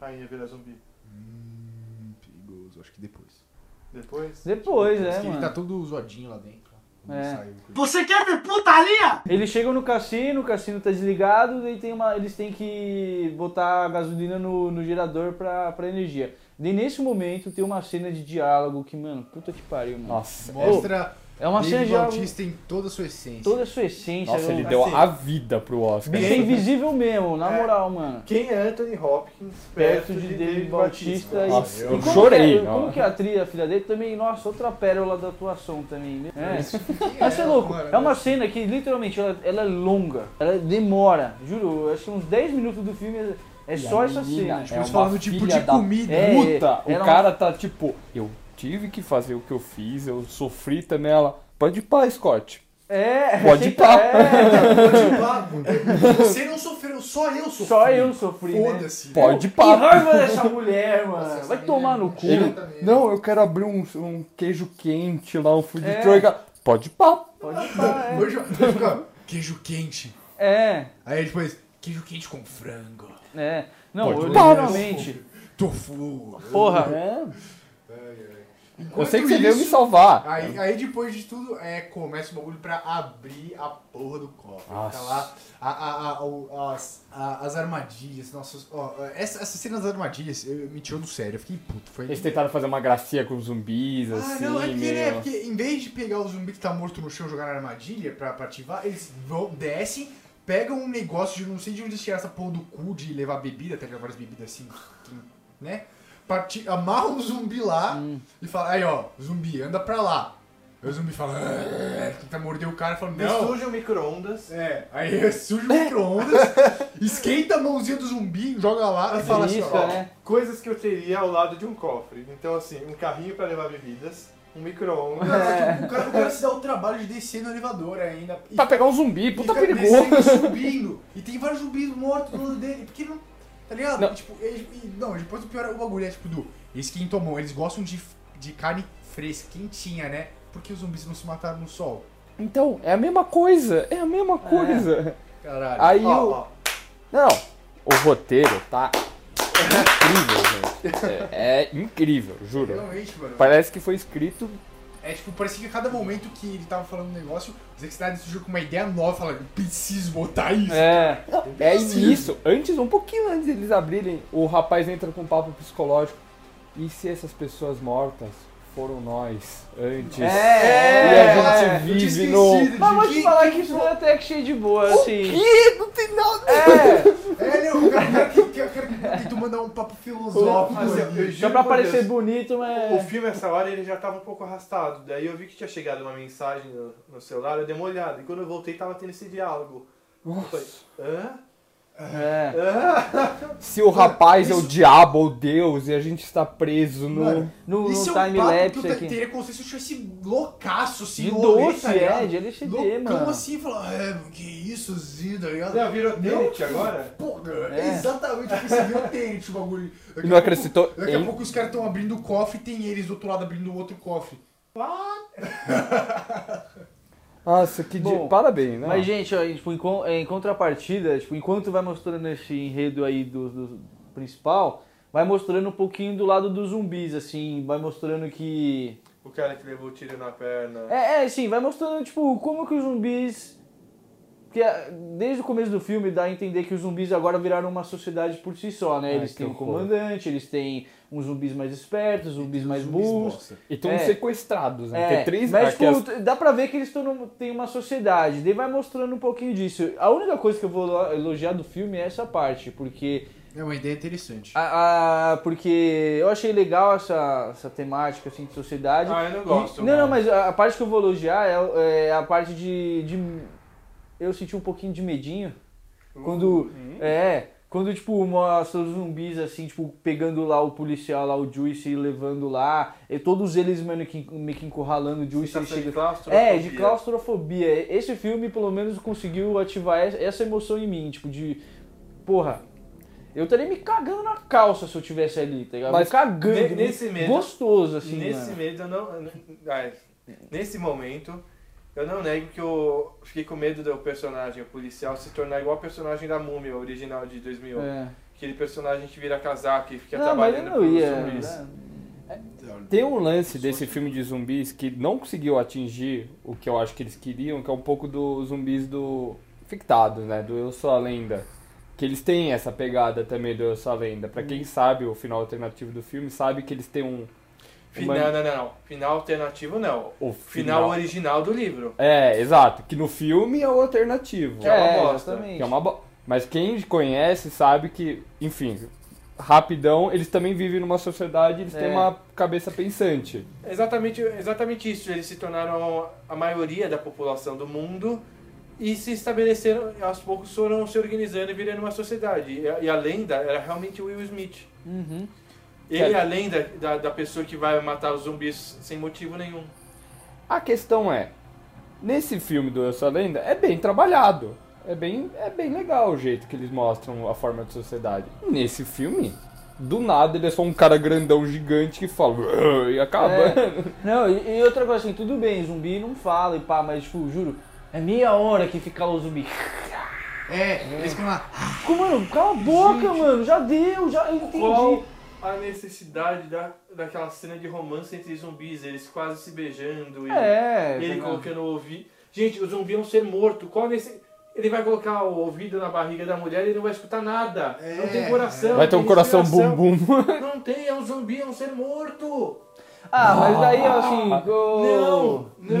B: Rainha virar zumbi?
A: Hum, perigoso. Acho que depois.
B: Depois?
D: Depois,
A: Diz
D: é,
A: que ele tá
D: mano.
A: todo zoadinho lá dentro. Quando
D: É.
A: sai o-
E: Você quer ver putaria?
D: Eles chegam no cassino, o cassino tá desligado, daí tem uma, eles têm que botar a gasolina no, no gerador pra, pra energia. Daí nesse momento tem uma cena de diálogo que, mano, puta que pariu, mano.
C: Nossa.
A: Mostra
D: é uma cena
A: David
D: de diálogo,
A: Bautista em toda a sua essência.
D: toda a sua essência.
C: Nossa,
D: eu-
C: ele deu um né?
B: assim,
C: a vida pro Oscar.
D: Bicho é invisível mesmo, na
B: É.
D: moral, mano.
B: Quem é Anthony Hopkins
D: Perto de, David Bautista. e-
C: Nossa,
D: e,
C: eu
D: como
C: chorei,
D: Que é, como
C: não.
D: que é a atriz, a filha dele, também, nossa, outra pérola da atuação também, né? É. Mas você é
A: É,
D: louco,
A: mano,
D: é uma cena que literalmente ela, ela é longa, ela demora, juro, eu acho que uns 10 minutos do filme é
C: E
D: só
C: a
D: essa
C: menina
D: cena.
C: É
A: Tipo,
C: uma
A: falando tipo
C: filha
A: de
C: da
A: comida.
D: É,
C: Puta,
D: era
C: o
D: um-
C: cara tá tipo, eu tive que fazer o que eu fiz, eu sofri também ela. Pode ir pá, Scott.
D: (laughs) É,
C: Pode
D: sempre-
C: pá.
D: é,
A: Pode ir lá, mano.
D: (laughs)
A: Você não sofreu, só eu sofri.
D: só eu sofri, né?
A: Foda-se.
C: Pode ir
D: Que
C: pá.
D: raiva dessa mulher, mano,
A: Nossa, essa
D: vai
A: menina
D: tomar
A: é
D: no
A: muito
D: cu.
A: chata.
C: Ele,
A: Exatamente.
C: não, eu quero abrir um, um queijo quente lá, um food
D: É.
C: truck. Pode ir pá.
D: Pode pá, é.
A: Hoje, hoje fica, queijo quente.
D: É,
A: Aí depois, queijo quente com frango.
D: é. Não,
C: Pode
D: eu,
C: pá.
D: literalmente,
A: Tofu.
D: porra,
C: É. Eu
A: Enquanto
C: sei que você veio me
A: isso,
C: salvar.
A: Aí, aí depois de tudo, é, começa o bagulho pra abrir a porra do copo.
C: Nossa.
A: Tá lá, a, a, a, o- as, a- as armadilhas, nossa, ó, essa, essa cena das armadilhas eu, me tirou do sério, eu fiquei puto. Foi...
C: Eles tentaram fazer uma gracinha com os zumbis,
A: Ah,
C: assim,
A: não, é porque, né,
C: meu.
A: porque em vez de pegar o zumbi que tá morto no chão e jogar na armadilha pra, pra ativar, eles vão, descem, pegam um negócio de não sei de onde eles tiraram essa porra do cu de levar bebida, até várias bebidas assim, que- né? Parti, amarram o zumbi lá
C: Hum.
A: e fala, aí ó, zumbi, anda pra lá. Aí o zumbi fala, "Ah", tenta morder o cara e fala, não.
B: Suja o micro-ondas.
A: É, aí suja o
C: (laughs)
A: micro-ondas, esquenta a mãozinha do zumbi, joga lá e fala assim, ó.
D: Risca, né?
B: Coisas que eu teria ao lado de um cofre. Então, assim, um carrinho pra levar bebidas, um micro-ondas.
C: (laughs)
D: (laughs)
A: O, cara, o cara se dá o trabalho de descer no elevador ainda. E
C: É. Pra pegar um zumbi, puta
A: fica
C: perigoso.
A: descendo, subindo. E tem vários zumbis mortos do lado dele. Porque não. Tá ligado?
C: Não.
A: Tipo, e- e- não, depois o pior é o bagulho, é tipo do. Esquenta a mão. Eles gostam de, de carne fresca, quentinha, né? Porque os zumbis não se mataram no sol.
C: Então, é a mesma coisa, é a mesma coisa.
A: Caralho.
C: Aí
B: Ó,
C: o.
B: ó,
C: Não, o roteiro tá incrível, gente. É, é incrível, juro.
A: Realmente, é mano.
C: Parece que foi escrito.
A: É tipo, parecia que a cada momento que ele tava falando um negócio, o Zack Snyder surgiu com uma ideia nova, falando, "Eu preciso botar isso. Tipo assim.
D: É,
C: É isso. Antes, um pouquinho antes deles abrirem, o rapaz entra com um papo psicológico. E se essas pessoas mortas foram nós antes?
D: É,
C: e a gente
A: Eu
D: é.
A: tinha
C: vive
A: esquecido
C: no.
A: de
D: mas vou te
A: quem-
D: falar
A: quem
D: que isso
A: falou-
D: é até que cheio de boa, assim.
C: Ih, não tem nada.
D: É,
A: (laughs) É, não, o cara que, que, que, que tu mandar um papo filosófico.
B: Mas eu-
A: ali.
B: eu
D: só
B: juro
D: pra
B: por
D: parecer
B: Deus,
D: bonito, mas...
B: O filme, essa hora, ele já tava um pouco arrastado. Daí eu vi que tinha chegado uma mensagem no, no celular, eu dei uma olhada. E quando eu voltei, tava tendo esse diálogo. Eu falei, hã?
D: É.
C: Se o rapaz é o
A: isso-
C: diabo ou Deus e a gente está preso no.
A: Mano,
D: No, no
A: Isso é um
D: time
A: papo que
D: lapse
A: eu te-
D: aqui.
A: teria como se eu tivesse loucaço, assim,
D: De
A: rolê,
D: doce,
A: tá ligado?
D: é, de LSD,
A: Loucão
D: mano.
A: assim, falar, é, que isso, assim, tá ligado?
B: Já virou
A: Não,
B: Tenet agora?
A: Porra,
D: É.
A: é exatamente o que você viu tênis, o bagulho. Daqui a
C: E não
A: pouco-
C: acrescentou
A: Daqui a
C: em-
A: pouco os caras estão abrindo o cofre e tem eles do outro lado abrindo o outro cofre.
C: Nossa, que
D: Bom,
C: dia. Parabéns, né?
D: Mas, gente, ó, e, tipo, em, con- em contrapartida, tipo, enquanto vai mostrando esse enredo aí do, do principal, vai mostrando um pouquinho do lado dos zumbis, assim, vai mostrando que...
B: O cara que levou o tiro na perna.
D: É, é, sim, vai mostrando, tipo, como que os zumbis... Porque ah, desde o começo do filme dá a entender que os zumbis agora viraram uma sociedade por si só, né?
C: Ai,
D: Eles
C: que
D: têm um
C: horror.
D: comandante, eles têm uns zumbis mais espertos, zumbis mais
A: Zumbis
D: burros.
A: bosta.
C: E estão
D: é.
C: sequestrados, né?
D: É,
C: Tem três
D: mas tipo,
C: aquelas-
D: dá pra ver que eles tão num- têm uma sociedade, daí vai mostrando um pouquinho disso. A única coisa que eu vou lo- elogiar do filme é essa parte, porque,
A: É uma ideia interessante.
D: a, a- porque eu achei legal essa, essa temática assim, de sociedade.
B: Ah, eu não gosto.
D: E- não, não, mas a, a parte que eu vou elogiar é, o- é a parte
B: Hum?
D: de, de- Eu senti um pouquinho de medinho. Quando. É. Quando, tipo, mostra os zumbis, assim, tipo, pegando lá o policial, lá o Juice, e levando lá. E todos eles, mano, que, meio que encurralando o Juice. ele
B: Sensação tá de
D: chega...
B: claustrofobia.
D: É, de claustrofobia. Esse filme, pelo menos, conseguiu ativar es- essa emoção em mim, tipo, de. Porra. Eu estaria me cagando na calça se eu tivesse ali, tá ligado?
C: Mas
D: me cagando.
B: ne- nesse medo-
D: Gostoso, assim.
B: Nesse
D: mano.
B: medo, eu não. eu não- ai, nesse momento, eu não nego que eu fiquei com medo do personagem, o policial, se tornar igual o personagem da Múmia, original de 2001.
D: É.
B: Aquele personagem que vira casaca e fica
D: Não, mas ele
B: trabalhando
D: não
B: pros
D: ia. né?
B: zumbis.
C: Tem um lance desse filme de zumbis que não conseguiu atingir o que eu acho que eles queriam, que é um pouco dos zumbis do Fictado, né? Do Eu Sou a Lenda. Que eles têm essa pegada também do Eu Sou a Lenda. Pra
D: Uhum.
C: quem sabe o final alternativo do filme, sabe que eles têm um.
B: Fi-
C: uma-
B: Não, não, não, não. Final alternativo não.
C: o
B: Final original do livro.
C: É, exato. Que no filme é o alternativo.
B: Que é uma
D: é,
B: bosta.
D: exatamente.
C: Que é uma bo... Mas quem conhece sabe que, enfim, rapidão, eles também vivem numa sociedade, eles têm
D: É.
C: uma cabeça pensante.
B: Exatamente, exatamente isso. Eles se tornaram a maioria da população do mundo e se estabeleceram, aos poucos foram se organizando e virando uma sociedade. E a, e a lenda era realmente o Will Smith.
D: Uhum.
B: Ele é a lenda da, da pessoa que vai matar os zumbis sem motivo nenhum.
C: A questão é, nesse filme do Eu Sou a Lenda, é bem trabalhado. É bem, é bem legal o jeito que eles mostram a forma de sociedade. Nesse filme, do nada ele é só um cara grandão gigante que fala "Urgh", e acaba. (laughs)
D: É. Não, e, e outra coisa assim, tudo bem, zumbi não fala e pá, mas tipo, juro, é meia hora que fica o zumbi.
A: É, eles ficam lá.
D: Como, mano, cala a boca, mano, já deu, já eu entendi.
B: Qual a necessidade da, daquela cena de romance entre zumbis? Eles quase se beijando e
D: É,
B: ele
D: tá ligado?
B: colocando o ouvido. Gente, o zumbi é um ser morto. Qual a nesse... Ele vai colocar o ouvido na barriga da mulher e ele não vai escutar nada.
A: É,
B: não tem
D: então
B: coração.
C: Vai ter um
B: não tem
C: coração
B: respiração.
C: bumbum.
B: Não tem, é um zumbi, é um ser morto.
D: Ah, mas daí assim,
B: ah, Não,
D: go...
B: não.
C: Não,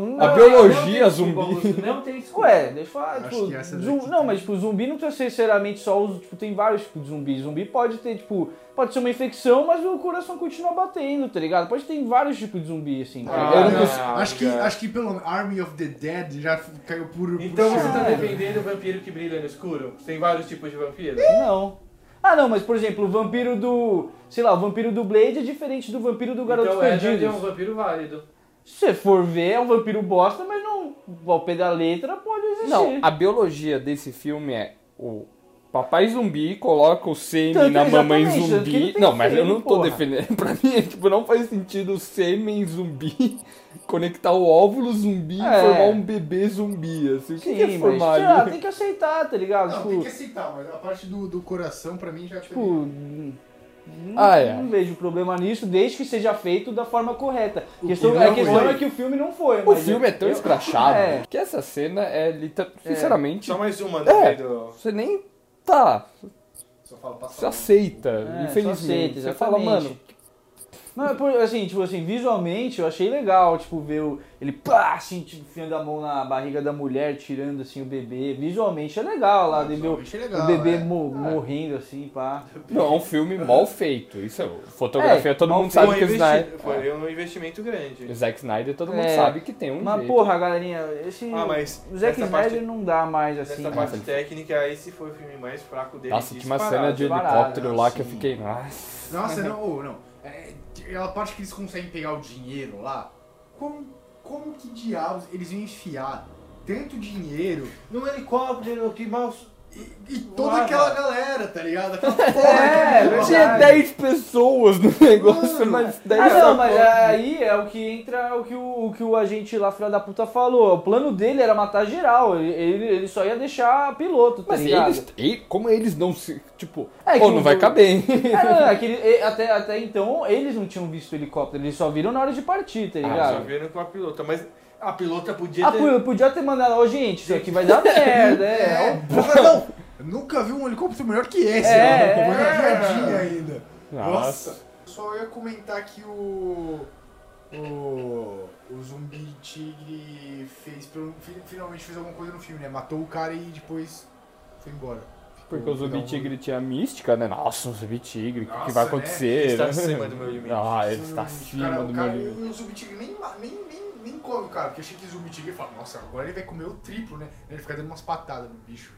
D: não.
C: Oh.
D: é
C: a
B: Não,
C: biologia
B: não tem
C: zumbi.
B: desculpa, Não
C: (laughs)
B: tem desculpa.
D: Ué, deixa eu falar,
A: Eu acho
D: tipo,
A: que
B: é
A: essa
D: zum-
A: daqui
D: não,
A: tem.
D: mas tipo, zumbi não precisa ser necessariamente só os, tipo, tem vários tipos de zumbi. Zumbi pode ter, tipo, pode ser uma infecção, mas o coração continua batendo, tá ligado? Pode ter vários tipos de zumbi, assim. tá
B: Ah,
D: ligado?
A: Eu não
B: não,
A: consigo- acho, que,
B: cara.
A: acho que pelo Army of the Dead já f- caiu por.
B: Então
A: por
B: você tá
A: cima.
B: defendendo o vampiro que brilha no escuro? Tem vários tipos de vampiro?
D: Não. Ah, não, mas por exemplo, o vampiro do. Sei lá, o vampiro do Blade é diferente do vampiro do Garoto
B: então Edward
D: Perdido.
B: é um vampiro válido.
D: Se você for ver, é um vampiro bosta, mas não. Ao pé da letra pode existir.
C: Não, a biologia desse filme é o papai zumbi coloca o sêmen
D: Tanto-
C: na mamãe
D: Então, exatamente, tanto que ele
C: zumbi.
D: tem
C: Não, mas eu não tô
D: sêmen, porra.
C: defendendo. (laughs) Pra mim, é, tipo, não faz sentido o sêmen zumbi (laughs) conectar o óvulo zumbi
D: É.
C: e formar um bebê zumbi. Assim, o que,
D: Sim,
C: que é
D: mas,
C: formar
D: sei lá,
C: ali?
D: tem que aceitar, tá ligado?
A: Não, tem
D: tipo,
A: que aceitar, mas a parte do, do coração pra mim já
D: tipo.
A: foi-
D: hum,
C: Ah,
D: não,
C: é.
D: não vejo problema nisso, desde que seja feito da forma correta.
A: O
D: Questão-
A: que não
D: a questão
A: foi.
D: é que o filme não foi.
C: O
D: mas
C: filme é tão
D: eu-
C: escrachado
D: É. Então-
C: que essa cena é liter... sinceramente,
B: Só mais uma,
C: É.
B: né? do-
C: você nem tá,
A: Só falo
C: você
A: passar.
C: aceita,
D: É, só aceita,
C: infelizmente. você fala,
D: exatamente.
C: mano,
D: Não, é por- assim, tipo assim, visualmente eu achei legal, tipo, ver o, ele pá, assim, tipo, enfiando a mão na barriga da mulher, tirando assim o bebê. Visualmente é legal lá, de ver o,
A: Visualmente é legal,
D: o bebê
A: é.
D: mo- morrendo assim, pá.
C: não, é um filme mal feito. Isso é fotografia,
D: É,
C: todo
D: mal
C: mundo
B: Foi um
C: sabe que o
B: investi-
C: Snyder...
B: Foi um investimento
C: O
B: grande.
C: Zack Snyder, todo mundo
D: É,
C: sabe que tem um
D: Mas
C: jeito.
D: porra, galerinha, esse
B: Ah, mas
D: o Zack
B: nessa
D: Snyder
B: parte-
D: não dá mais assim.
B: Nessa parte técnica, esse foi o filme mais fraco dele.
C: Nossa, tinha uma
B: disparado.
C: cena de
D: disparado,
C: helicóptero lá que eu
A: assim.
C: fiquei. Nossa.
A: Nossa, não, ou não. É, aquela parte que eles conseguem pegar o dinheiro lá. Como, como que diabos eles iam enfiar tanto dinheiro
B: Num helicóptero, que mal.
A: e, e toda
B: Lava.
A: aquela galera, tá ligado? Aquela porra
D: É,
A: que-
D: verdade.
C: Tinha 10 pessoas no negócio,
A: Mano,
C: mas 10
D: Ah, não, mas
C: pessoas.
D: aí é o que entra o que o, o que o agente lá, filha da puta, falou. O plano dele era matar geral, ele, ele, ele só ia deixar piloto, tá
C: Mas
D: ligado?
C: eles, e- como eles não se. Tipo,
D: É que
C: pô,
D: o-
C: não vai caber, hein?
D: É, não, é que ele- e- até, até então eles não tinham visto o helicóptero, eles só viram na hora de partir, tá
B: Ah, Só
D: ligado?
B: viram com a pilota, mas a pilota podia
D: Ah,
B: ter.
D: pô, eu podia ter mandado, ó, gente, isso aqui
B: (laughs)
D: vai dar merda,
A: É,
D: é.
A: porra, não. Eu nunca vi um helicóptero melhor que esse.
D: É,
A: ó. Foi uma
D: é.
A: piadinha ainda.
C: Nossa.
A: Só ia comentar que o. O. O zumbi tigre fez. pelo- fi- Finalmente fez alguma coisa no filme, né? Matou o cara e depois foi embora.
C: Porque o zumbi tigre tinha mística, né? Nossa, um zumbi tigre, o que que
A: Nossa,
C: vai
A: né?
C: acontecer?
B: Ele está
C: né?
B: acima do meu limite.
C: Ah, ele
A: Sim,
C: está
A: o
C: acima
A: Hum, cara-
C: do
A: o
C: meu
A: cara-
C: limite.
A: E o zumbi tigre nem, ma- nem, nem, nem come o cara, porque achei que o zumbi tigre fala, nossa, agora ele vai comer o triplo, né? Ele fica dando umas patadas no bicho.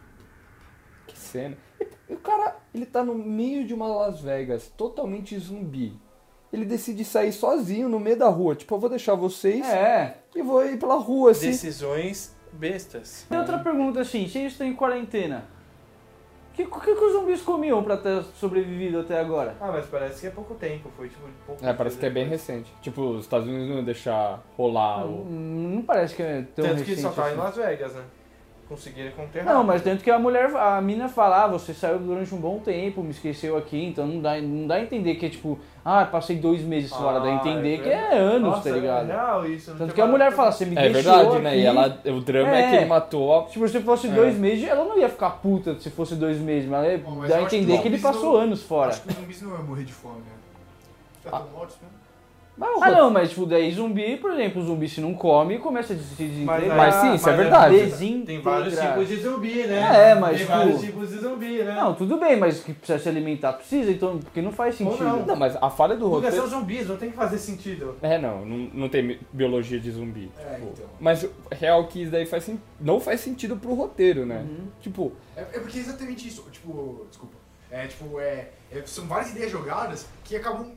C: Que cena. E E o cara, ele tá no meio de uma Las Vegas, totalmente zumbi. Ele decide sair sozinho no meio da rua. Tipo, eu vou deixar vocês
D: É.
C: e vou ir pela rua, assim.
B: Decisões bestas.
D: Tem outra pergunta assim, se eles estão em quarentena, o que, que, que os zumbis comiam pra ter sobrevivido até agora?
B: Ah, mas parece que é pouco tempo, foi tipo pouco
C: É, parece que é bem
B: depois.
C: recente. Tipo, os Estados Unidos não iam deixar rolar o...
D: Hum, Não parece que é tão
B: Ah, Tanto que
D: recente
B: só tá em
D: assim.
B: Las Vegas, né? Conseguiram conter.
D: Não, mas tanto que a mulher, a mina fala, ah, você saiu durante um bom tempo, me esqueceu aqui, então não dá, não dá a entender que é tipo, ah, passei dois meses fora, dá a
B: Ah,
D: entender
B: é
D: que
B: verdade.
D: é anos,
B: Nossa,
D: tá ligado?
B: É real isso. não
D: Tanto
B: tinha
D: que a mulher
B: parado
D: fala,
B: pra
D: você me
C: É
D: deixou
C: verdade, né?
D: aqui."
C: E ela, o drama é, que
D: É.
C: ele matou a...
D: Tipo, se fosse
C: É.
D: dois meses, ela não ia ficar puta se fosse dois meses, mas ela ia
A: Bom, mas
D: dar a
A: eu acho que
D: entender que,
A: não.
D: ele
A: Isso eu-
D: passou anos fora.
A: Acho que os zumbis não iam morrer de fome, né? Já
C: Ah.
A: estão mortos mesmo?
C: Mas,
D: Ah não, mas tipo, daí zumbi, por exemplo, o zumbi se não come, começa a se
B: Mas,
D: desintegrar.
C: Mas
B: ah,
C: sim, isso é
B: mas
C: verdade.
B: Tem, tem vários
D: Desintegrar.
B: tipos de zumbi, né?
D: É, mas,
B: Tem
D: tipo-
B: vários tipos de zumbi, né?
D: Não, tudo bem, mas que precisa se alimentar, precisa, então, porque não faz
B: Ou
D: sentido.
B: não.
C: Não, mas a falha do
B: Porque
C: roteiro...
B: são é zumbis, não tem que fazer sentido.
C: É, não, não, não tem mi- biologia de zumbi.
A: É,
C: tipo.
A: então.
C: Mas o real é que isso daí faz sen- não faz sentido pro roteiro, né?
D: Uhum.
C: Tipo,
A: É, é porque é exatamente isso. Tipo, desculpa. É tipo, é, é, São várias ideias jogadas que acabam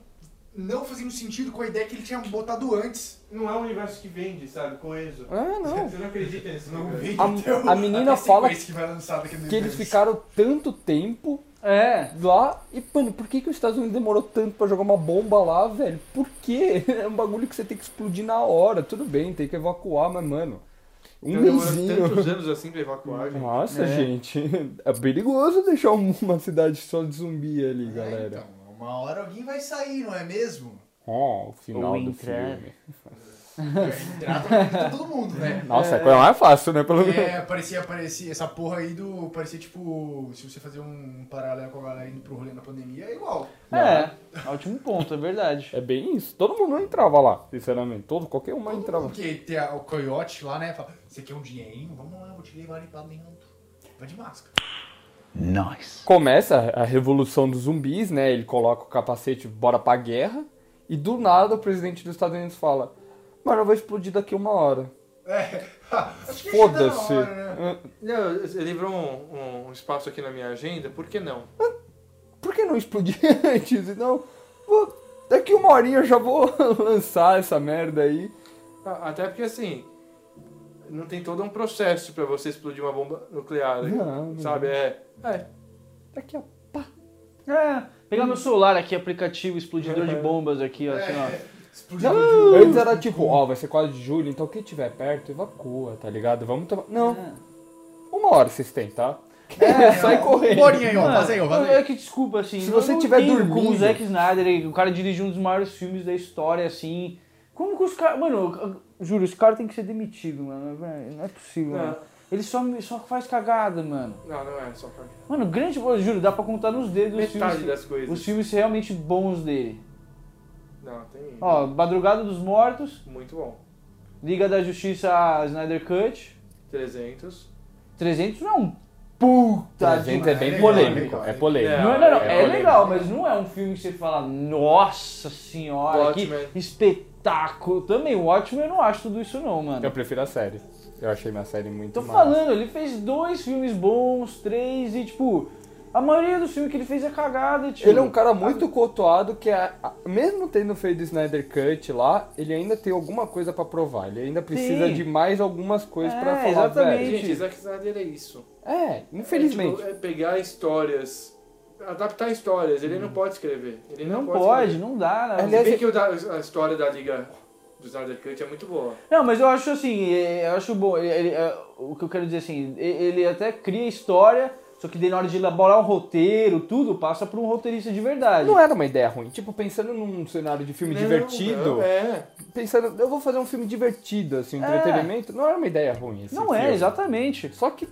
A: não fazendo sentido com a ideia que ele tinha botado antes.
B: Não é um universo que vende, sabe? Coeso.
C: ah,
B: (laughs)
C: não.
B: Você não acredita nisso.
A: Não
B: cara?
A: vi,
C: A-
A: então,
C: a
A: (laughs)
C: menina
A: até sequência
C: fala
A: que, vai lançar daqui a dois
C: Que eles
A: meses.
C: ficaram tanto tempo
D: É.
C: lá e, mano, por que, que os Estados Unidos demorou tanto pra jogar uma bomba lá, velho? Por quê? (laughs) É um bagulho que você tem que explodir na hora. Tudo bem, tem que evacuar, mas, mano, um
B: Então demorou
C: mêsinho.
B: tantos anos assim pra evacuar, gente.
C: Nossa,
D: É.
C: gente, (laughs) é perigoso deixar um- uma cidade só de zumbi ali,
A: É,
C: galera.
A: então, uma hora alguém vai sair, não é
C: (laughs)
A: mesmo?
C: Ó, o final
D: Ou
C: do
D: entrar.
C: filme.
A: Trata pra vida todo mundo, né?
C: Nossa, é coisa mais fácil, né? Pelo
A: (laughs)
C: menos.
A: É, parecia, parecia, essa porra aí do. Parecia tipo. Se você fazer um paralelo com a galera indo pro rolê na pandemia, é igual.
D: É, ótimo ponto, é verdade.
C: É bem isso. Todo mundo entrava lá, sinceramente. Todo, qualquer uma entrava.
A: Porque tem a- o coiote lá, né? Fala, você quer um dinheirinho? Vamos lá, eu vou te levar ali pra dentro. Vai de máscara.
C: Começa a revolução dos zumbis, né? Ele coloca o capacete, bora pra guerra. E do nada o presidente dos Estados Unidos fala: Mano, eu vou explodir daqui uma hora.
A: É. Acho que já tá na
C: Foda-se.
A: hora, né?
B: Não, ele livrou um, um espaço aqui na minha agenda, por que não?
C: Por que não explodir (laughs) antes? Então, vou- daqui uma horinha eu já vou (laughs) lançar essa merda aí.
B: A- Até porque assim, não tem todo um processo pra você explodir uma bomba nuclear,
C: Não, não.
B: sabe? É, é.
C: Daqui a pá.
D: É, pegar meu celular aqui, aplicativo explodidor de bombas aqui, ó, assim, ó.
A: Explodiu.
C: Antes era tipo, ó, vai ser 4 de julho, então quem tiver perto, evacua, tá ligado? Vamos tomar. Não,
A: É.
C: uma hora vocês têm, tá? Sai correndo.
A: né? Bolinha aí, ó.
D: Mano,
A: Faz aí, ó. Faz
D: É
A: aí.
D: que desculpa, assim.
C: Se
D: eu
C: você
D: não
C: tiver
D: entendo
C: dormindo-
D: Como o Zack Snyder, ele- o cara dirigiu um dos maiores filmes da história, assim. Como que os caras. Mano, eu- eu juro, esse cara tem que ser demitido, mano. velho, Não é possível,
B: Não.
D: mano. Ele só, só faz cagada, mano.
B: Não, não é só pra mim.
D: Mano, grande. Eu juro, dá pra contar nos dedos os
B: Metade
D: filmes,
B: das coisas.
D: os filmes realmente bons dele.
B: Não, tem.
D: Ó, Madrugada dos Mortos,
B: Muito bom.
D: Liga da Justiça Snyder Cut.
B: 300.
D: 300 não é um puta de
C: Gente,
D: um-
C: é bem
A: legal,
C: polêmico,
A: legal.
C: é polêmico.
D: Não, não, não.
B: É
D: É,
B: polêmico.
D: legal, mas não é um filme que você fala, nossa senhora,
B: Watchmen.
D: que espetáculo. Também o Watchmen eu não acho tudo isso não, mano.
C: Eu prefiro a série. Eu achei minha série muito
D: É. Tô
C: massa.
D: falando, ele fez dois filmes bons, três e tipo, a maioria dos filmes que ele fez é cagada, tipo.
C: Ele é um cara muito cotoado que, é- a- mesmo tendo feito o Snyder Cut lá, ele ainda tem alguma coisa pra provar. Ele ainda precisa
D: Sim.
C: de mais algumas coisas
D: É,
C: pra falar,
D: exatamente.
C: velho.
B: Gente, Zack Snyder é isso.
C: É, infelizmente.
B: É, tipo, é pegar histórias, adaptar histórias. Ele não pode escrever. Ele não,
D: Não pode,
B: escrever.
D: não dá, né?
C: Aliás,
B: Se bem que o da- a história da Liga do Snyder Cut é muito boa.
D: Não, mas eu acho assim, é, eu acho bom. ele- ele- é, o que eu quero dizer assim, e- ele até cria história, só que daí na hora de elaborar um roteiro, tudo, passa pra um roteirista de verdade.
C: Não era uma ideia ruim. Tipo, pensando num cenário de filme
B: Não,
C: divertido,
B: não, é.
C: pensando, eu vou fazer um filme divertido, assim,
D: É.
C: entretenimento, não era uma ideia ruim. esse
D: Não é,
C: filme.
D: exatamente.
C: Só que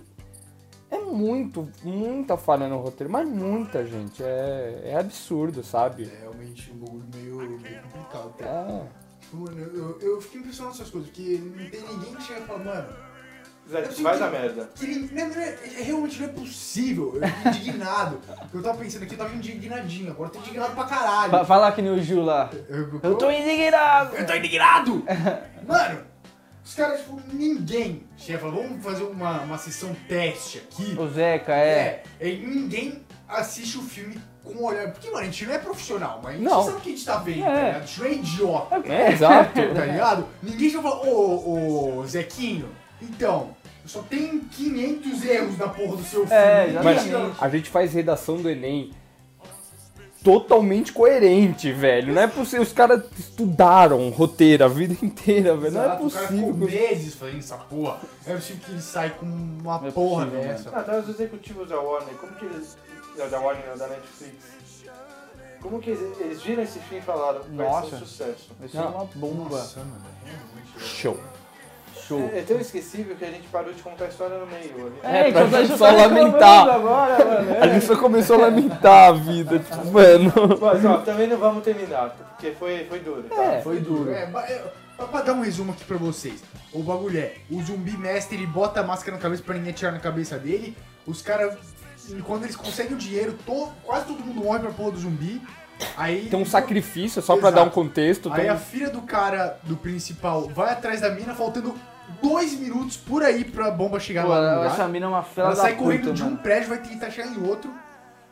C: é muito, muita falha no roteiro, mas muita, gente. É, é absurdo,
A: É
C: sabe?
A: realmente um bagulho meio, meio complicado. Tá?
C: É.
A: Tipo, mano, eu, eu fiquei impressionado com essas coisas, porque não tem ninguém que chega e fala, mano,
B: Zack, vai na merda.
A: que ele, não, não, é- é- realmente não é possível. Eu fiquei indignado. Eu tava pensando aqui, eu tava indignadinho, agora eu tô indignado pra caralho.
D: Fa- Fala que nem o Gil lá.
A: Eu,
D: Eu tô indignado!
A: eu tô
D: (laughs)
A: indignado! mano, os caras, tipo, ninguém chega e fala, vamos fazer uma, uma sessão teste aqui.
D: O Zeca, é.
A: É, e ninguém assiste o filme com um olhar. Porque, mano, a gente não é profissional, mas a gente
C: Não.
A: sabe o que a gente tá vendo,
D: É.
A: tá ligado? A gente não é idiota,
C: É, exato.
A: tá ligado? Ninguém já fala, ô, ô, Zequinho, então, só tem 500 erros na porra do seu filme.
D: É,
A: Ninguém
C: Mas
A: tira-
C: a gente faz redação do Enem totalmente coerente, velho. Não é possível. Os caras estudaram roteiro a vida inteira, velho. Não é
A: Exato, O cara ficou
C: possível.
A: meses fazendo essa porra. É possível que ele sai com uma
D: Não é
A: porra
D: possível,
A: dessa.
B: Ah, tá, os executivos da Warner, como que eles. Da da Warner, não, da Netflix. Como que eles, eles viram esse filme e falaram vai ser
D: Nossa.
B: um sucesso?
D: Vai ser uma bomba.
A: Nossa, mano, realmente.
C: Show.
D: Show.
B: É, é tão esquecível que a gente parou de contar a história no meio. Ali.
C: É, pra
D: então tá-
C: gente
D: já
C: só
D: tá reclamando
C: lamentar.
D: Agora, mano. É,
C: A gente só começou a lamentar a vida, tipo, mano.
B: Mas ó, também não vamos terminar, porque foi, foi duro, tá?
D: É.
A: Foi duro. É, ba- é, pra, pra dar um resumo aqui pra vocês. O bagulho é, o zumbi mestre, ele bota a máscara na cabeça pra ninguém atirar na cabeça dele. Os caras, quando eles conseguem o dinheiro, to- quase todo mundo morre pra porra do zumbi. Aí...
C: Tem um sacrifício, só pra dar um contexto.
A: Aí
C: tem
A: a filha do cara, do principal, vai atrás da mina, faltando dois minutos por aí pra bomba chegar
D: Pô,
A: lá no
D: ela-
A: lugar.
D: essa mina é uma fela
A: Ela
D: da
A: sai
D: puta,
A: correndo de um
D: mano.
A: prédio, vai tentar chegar em outro.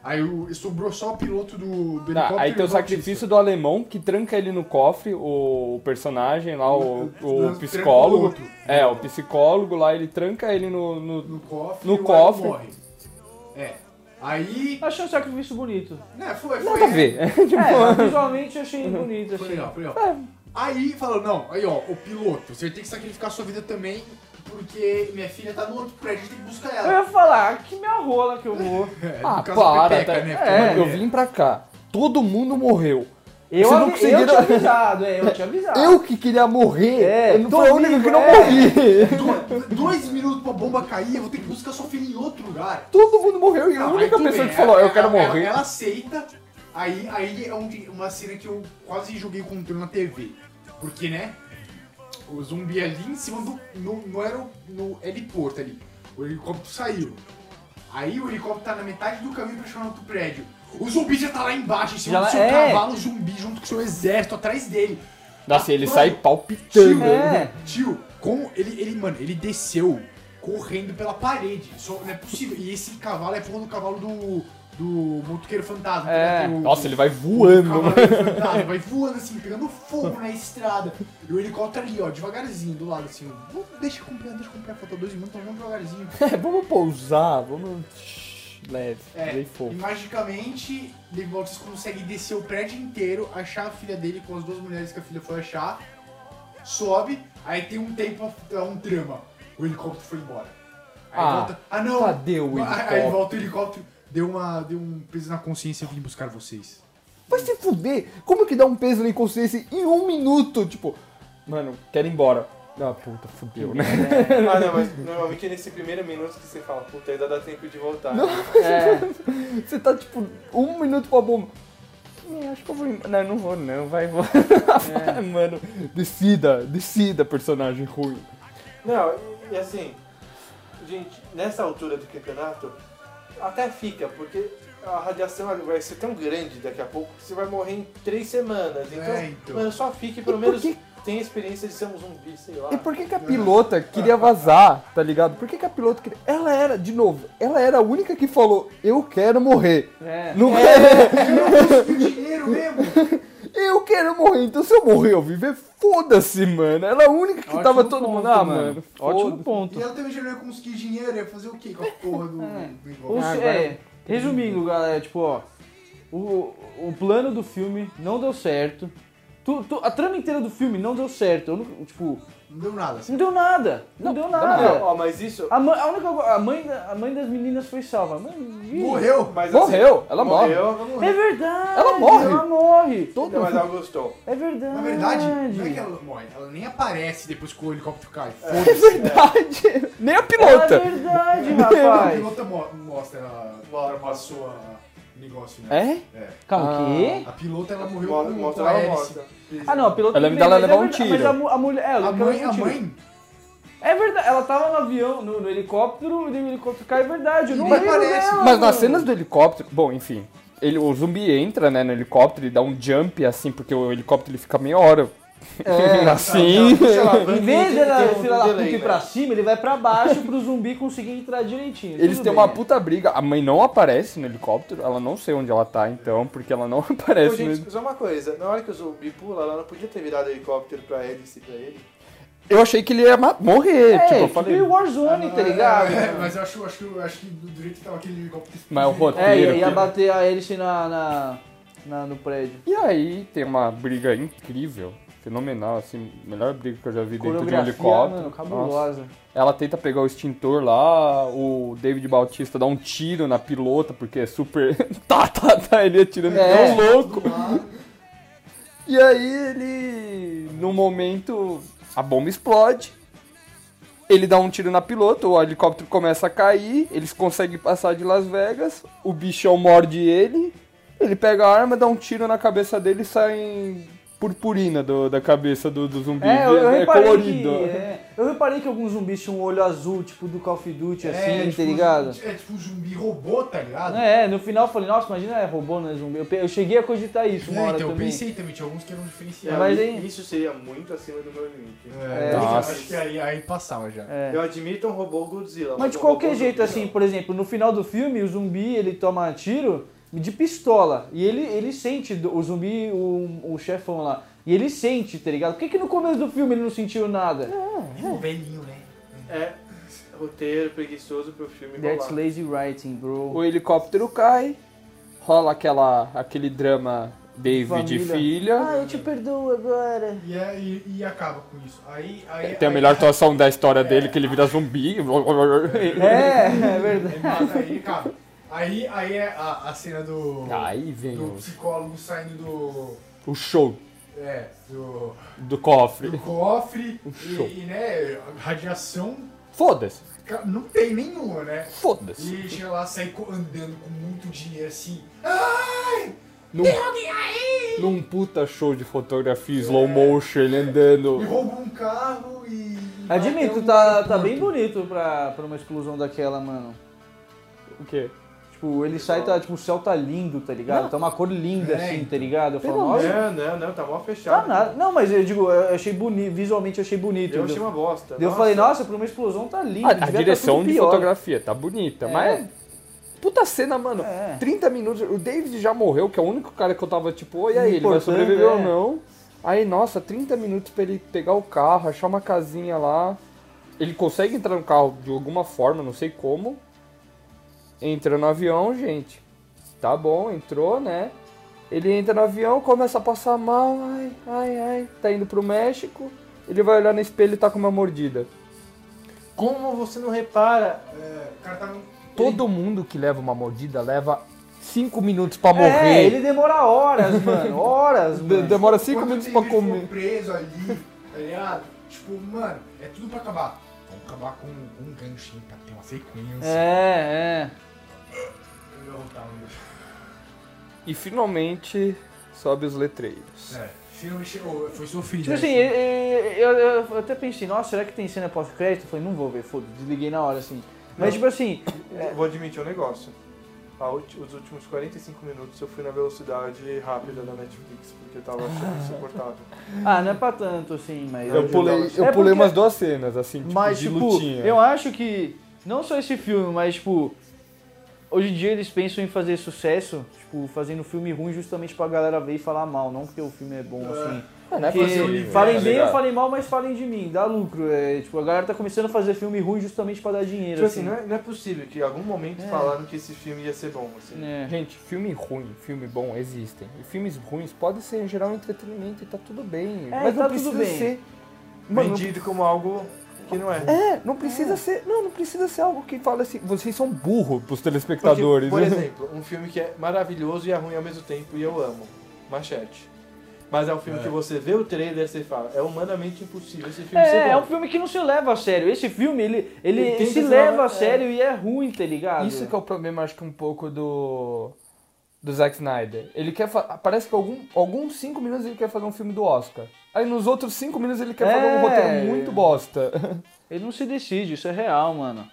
A: Aí o- sobrou só o piloto do, do
C: Tá,
A: helicóptero.
C: aí tem
A: e
C: o sacrifício do alemão que tranca ele no cofre, o personagem lá, o, o
A: Tranca o
C: psicólogo.
A: outro.
C: É, o psicólogo lá, ele tranca ele no. no-
A: No cofre.
C: No
A: e o
C: cofre.
A: Iron morre. É. Aí.
D: Achei um
C: (laughs)
D: sacrifício bonito.
A: Né, foi, foi.
C: Nada a ver. É.
D: É, visualmente achei
C: Uhum.
D: bonito. assim.
A: Foi
D: Achei.
A: legal, foi legal. Aí falou, não, aí ó, o piloto, você tem que sacrificar sua vida também, porque minha filha tá no outro prédio, tem que buscar
D: Eu
A: ela.
D: ia falar, que minha rola que eu vou.
A: É, no
C: Ah,
A: caso, a
C: para,
A: Pepeca,
C: tá-
A: né?
D: é,
A: Porque
C: eu vim pra cá. Todo mundo morreu.
D: Eu,
C: Vocês não
D: avi- eu
C: conseguiram-
D: tinha avisado, é, eu tinha
C: (laughs)
D: avisado.
C: Eu que queria morrer,
D: É,
C: eu não fui o
D: tô
C: único
D: vivo,
C: que não
D: é.
C: morri. (laughs)
A: do- Dois minutos pra bomba cair, eu vou ter que buscar sua filha em outro lugar.
C: Todo mundo morreu e a
A: Não, aí
C: única
A: tudo
C: pessoa
A: bem,
C: que falou,
A: ela-
C: eu quero
A: ela- ela-
C: morrer.
A: Ela, aceita, aí, aí é onde, uma cena que eu quase joguei o controle na TV. Porque, né? O zumbi é ali em cima do. No, no, aero, no heliporto ali. O helicóptero saiu. Aí o helicóptero tá na metade do caminho pra chegar no outro prédio. O zumbi já tá lá embaixo, em cima
D: Já
A: do
D: lá-
A: seu
D: é.
A: cavalo zumbi, junto com o seu exército atrás dele.
C: Nossa, ele
A: Mano,
C: sai palpitando.
D: É.
A: Tio, como ele, ele, mano, ele desceu correndo pela parede. Só, não é possível. E esse cavalo é porra do cavalo do, do motoqueiro fantasma.
D: É.
A: né?
C: Nossa, ele vai
A: o
C: voando. mano.
A: cavaleiro fantasma vai voando assim, pegando fogo na estrada. E o helicóptero ali, ó, devagarzinho do lado, assim. "Vou- Deixa eu comprar, deixa eu comprar, falta dois minutos, então vamos devagarzinho.
C: (laughs) É, vamos pousar, vamos. Shhh, Leve,
A: É,
C: bem
A: e
C: fofo.
A: magicamente, Dave Walters consegue descer o prédio inteiro, achar a filha dele com as duas mulheres que a filha foi achar, sobe, aí tem um tempo, um trama. O helicóptero foi embora. Aí
C: Ah,
A: volta. Ah não!
C: cadê o
A: Aí- Aí
C: helicóptero?
A: volta o helicóptero, deu uma. Deu um peso na consciência e vim buscar vocês.
C: Vai se fuder! Como que dá um peso na inconsciência em um minuto? Tipo, mano, quero ir embora. Ah, puta, fudeu, né?
B: Ah, não, mas normalmente é nesse primeiro minuto que você fala, puta, ainda dá tempo de voltar.
D: É,
C: Você tá, tipo, um minuto com a bomba. Hum, acho que eu vou. em- Não, não vou, não, vai, vou. Vai, (laughs) Mano, decida, decida, personagem ruim.
B: Não, e, e assim, gente, nessa altura do campeonato, até fica, porque a radiação vai ser tão grande daqui a pouco que você vai morrer em três semanas. Então,
A: É, então.
B: mano, só fique,
C: E
B: pelo
C: por
B: menos
C: que-
B: tem a experiência de ser um zumbi, sei lá.
C: E por que, que a pilota queria vazar, tá ligado? Por que, que a pilota queria. Ela era, de novo, ela era a única que falou: Eu quero morrer.
D: é.
C: Não
A: E o dinheiro mesmo!
C: (laughs) Eu quero morrer, então se eu morrer ou viver, foda-se, mano. Ela é a única que
D: Ótimo
C: tava todo
D: ponto,
C: mundo. Ah, mano,
D: Ótimo
C: foda-se.
A: e
D: ponto.
A: ela também já não ia conseguir dinheiro, ia fazer o quê com a porra
C: (laughs)
A: do,
C: É.
A: do
D: Ou
A: helicóptero?
D: se-
C: agora-
D: é, resumindo, galera, tipo, ó. O, o plano do filme não deu certo. Tu- tu- a trama inteira do filme não deu certo. Eu não- tipo,
A: Não deu nada. assim.
D: não deu nada. Não, deu nada.
B: Ah, Não, ó, mas isso.
D: A, mãe, a única co- a mãe, da- a mãe das meninas foi salva. A Mãe, ih,
A: Morreu!
B: Mas, assim,
C: Morreu, ela morre.
B: morreu,
D: É verdade.
C: Ela morre.
D: Ela morre.
C: Todo
B: Não, mas ela gostou.
D: É verdade.
A: Na verdade, não é que ela morre, ela nem aparece depois que o helicóptero cai. Foda-se.
C: (laughs) É verdade. Nem a
D: É
C: pilota.
D: (laughs) verdade,
A: A
D: rapaz.
A: pilota mo- mostra ela
B: Mostra.
A: ultrapassou a o negócio, né?
C: É?
A: É.
D: Calma, o quê?
A: A pilota ela morreu
B: Mostra,
A: com,
B: mostra
A: com a
B: ela
C: um
A: hélice.
B: morta.
D: Ah, não, a pilota
C: Eu lembro
D: também,
C: dela
D: mas
C: levar
D: é
C: um
D: verdade-
C: tiro.
D: Mas a, mu- a mulher. É, ela
A: A
D: levou
A: mãe,
D: um
A: a
D: tiro.
A: mãe,
D: É verdade, ela tava no avião, no, no helicóptero, e daí o helicóptero cai, é verdade. Eu não
A: Nem
D: lembro
A: parece.
D: dela,
C: Mas nas
D: mano.
C: cenas do helicóptero. Bom, enfim. Ele, o zumbi entra, né, no helicóptero e dá um jump, assim, porque o helicóptero ele fica meia hora
D: É.
C: (laughs) assim.
D: Em vez
B: Tem- tem
D: dela,
B: um
D: se ela
B: delay,
D: ir
B: né?
D: pra cima, ele vai pra baixo pro zumbi conseguir entrar direitinho.
C: Eles
D: Tudo
C: têm
D: bem.
C: uma puta briga. A mãe não aparece no helicóptero. Ela não sei onde ela tá, então, porque ela não (laughs)
D: É
B: Pô,
C: aparece no
B: gente, só uma coisa, na hora que o zumbi pula, ela não podia ter virado o helicóptero pra ele e se pra ele.
C: Eu achei que ele ia ma- morrer.
D: É,
C: tipo, eu
D: tipo
C: falei.
D: Warzone, tá ligado?
A: É, mas eu acho, acho, que- eu acho que do jeito que tava aquele helicóptero.
C: Mas o roteiro-
D: É, ia, ia
C: Tiro.
D: bater a hélice na, na- na- no prédio.
C: E aí tem uma briga incrível, fenomenal, assim, melhor briga que eu já vi dentro de um
D: Coreografia,
C: helicóptero.
D: mano,
C: Nossa.
D: cabulosa.
C: Ela tenta pegar o extintor lá, o David Bautista dá um tiro na pilota, porque é super. (laughs) tá, tá, tá, ele atirando
D: É.
C: tão louco. E aí ele, num momento, a bomba explode. Ele dá um tiro na pilota, o helicóptero começa a cair, eles conseguem passar de Las Vegas, o bichão morde ele, ele pega a arma, dá um tiro na cabeça dele e sai purpurina do- da cabeça do, do zumbi.
D: É, eu, eu
C: é
D: reparei que,
C: colorido. (laughs)
D: é, eu reparei que alguns zumbis tinham um olho azul, tipo do Call of Duty, assim,
A: tipo,
D: tá ligado?
A: É tipo um zumbi robô, tá ligado?
D: É, no final eu falei, nossa, imagina, é robô, não é zumbi. Eu, pe- eu cheguei a cogitar isso uma
A: É,
D: hora
A: então, eu
D: também.
A: pensei também, tinha alguns que eram
B: É,
A: diferenciados.
D: Mas
B: i-
D: aí-
B: Isso seria muito acima do meu limite.
A: É, eu
C: Nossa.
A: acho que aí, aí passava já.
D: É.
B: Eu admito um robô Godzilla.
D: Mas de
B: um
D: qualquer
B: robô
D: jeito,
B: zumbi,
D: assim,
B: não.
D: por exemplo, no final do filme, o zumbi, ele toma tiro de pistola. E ele, ele sente, do- o zumbi, o, o chefão lá. E ele sente, tá ligado? Por que, que no começo do filme ele não sentiu nada?
A: Um velhinho, né?
B: É roteiro preguiçoso pro filme
D: That's
B: rolar.
D: lazy writing, bro.
C: O helicóptero cai, rola aquela, aquele drama David e
D: Família.
C: filha.
D: Ah, eu te perdoo agora.
A: E, é- e, e acaba com isso. Aí, aí,
C: Tem a
A: aí-
C: melhor atuação da história dele, que ele vira zumbi.
D: (laughs) É, é verdade.
A: Aí
D: (laughs)
A: mata, aí acaba. Aí, aí é a, a cena do,
C: Aí vem
A: do
C: o,
A: psicólogo saindo do.
C: o show
A: É, do,
C: do cofre.
A: do
D: (laughs)
A: cofre
D: Um
C: show.
A: e, e, né, radiação
C: Foda-se,
A: ca- não tem nenhuma, né?
C: foda-se.
A: E chega lá, sai co- andando com muito dinheiro assim. Ai!
C: Num, num puta show de fotografia slow motion, ele
A: E
C: andando.
A: rouba um carro e. e
D: Admito,
A: vai
D: tá,
A: até um
D: tá bem
A: aeroporto.
D: bonito pra, pra uma exclusão daquela, mano.
C: O quê?
D: Tipo, ele sai, tá, tipo, o céu tá lindo, tá ligado? Tá uma cor linda,
A: É,
D: assim, tá
A: então.
D: ligado? Eu falo,
C: Pelo
B: Não,
D: nossa,
B: não, não, tá mó fechado.
D: tá nada. Não, mas eu digo, eu achei bonito, visualmente eu achei bonito.
B: Eu achei
D: entendeu?
B: assim uma bosta.
D: Daí Eu falei, nossa, pra uma explosão tá lindo.
C: Ah, A, a
D: devia tá
C: direção
D: tudo
C: de
D: pior.
C: fotografia tá bonita,
D: É.
C: mas. Puta cena, mano.
D: É.
C: 30 minutos. O David já morreu, que é o único cara que eu tava tipo, oi, aí, ele vai
D: Importante,
C: sobreviver ou
D: é.
C: não. Aí, nossa, 30 minutos pra ele pegar o carro, achar uma casinha lá. Ele consegue entrar no carro de alguma forma, não sei como. Entra no avião, gente. Tá bom, entrou, né? Ele entra no avião, começa a passar mal, ai, ai, ai. Tá indo pro México. Ele vai olhar no espelho e tá com uma mordida.
B: como você não repara?
A: É, o cara tava.
C: Todo mundo que leva uma mordida leva 5 minutos pra
D: É,
C: morrer.
D: ele demora horas, (laughs) mano. Horas,
C: De-
D: mano.
C: demora 5
A: Quando
C: minutos
A: ele
C: pra
A: ficou
C: comer.
A: preso ali, tá ligado? Tipo, mano, é tudo pra acabar. Vamos acabar com um ganchinho pra ter uma sequência.
D: É, é.
A: Eu vou voltar um gancho.
C: E finalmente sobe os letreiros.
A: É, finalmente chegou, foi sofrido.
D: Tipo assim,
A: né?
D: eu, eu- eu- eu até pensei, nossa, será que tem cena pós-crédito? Eu falei, não vou ver, foda-se, desliguei na hora, assim. Mas,
B: Não.
D: tipo assim,
B: Vou admitir um negócio. A ulti- os últimos 45 minutos eu fui na velocidade rápida da Netflix, porque eu tava achando
D: (laughs)
B: insuportável.
D: ah, não é pra tanto, assim, mas...
C: Eu pulei, eu
D: É
C: pulei
D: porque-
C: umas duas cenas, assim, tipo,
D: Mas,
C: de
D: tipo,
C: lutinha.
D: eu acho que não só esse filme, mas, tipo, hoje em dia eles pensam em fazer sucesso, tipo, fazendo filme ruim justamente pra galera ver e falar mal, não porque o filme é bom, assim.
C: Ah, não é
D: Porque
C: possível, né,
D: falem
C: tá
D: bem
C: ligado?
D: ou falem mal, mas falem de mim, dá lucro. É, tipo, a galera tá começando a fazer filme ruim justamente pra dar dinheiro,
B: Tipo assim,
D: assim.
B: não é, não é possível que em algum momento
D: É.
B: falaram que esse filme ia ser bom, assim.
D: né?
C: Gente, filme ruim, filme bom existem. E filmes ruins podem ser em geral entretenimento e tá tudo bem.
D: É,
C: mas
D: tá
C: não precisa
D: tudo bem.
C: ser. Mano,
B: Vendido como algo que não é.
C: é, não precisa ser. Não, não precisa ser algo que fala assim. Vocês são burros pros telespectadores.
B: Porque, por
C: (laughs) né?
B: exemplo, um filme que é maravilhoso e é ruim ao mesmo tempo e eu amo. Machete. Mas é um filme
A: É.
B: que você vê o trailer e você fala, é humanamente impossível esse filme ser
D: É,
B: bom.
D: é um filme que não se leva a sério. Esse filme, ele, ele,
B: Ele tenta
D: se
B: se
D: leva
B: levar-
D: a sério e é ruim, tá ligado?
C: Isso que é o problema, acho que um pouco do. Do Zack Snyder. Ele quer. Fa... Parece que algum, alguns 5 minutos ele quer fazer um filme do Oscar. Aí nos outros 5 minutos ele quer fazer um
D: É.
C: roteiro muito bosta. (laughs)
D: Ele não se decide, isso é real, mano.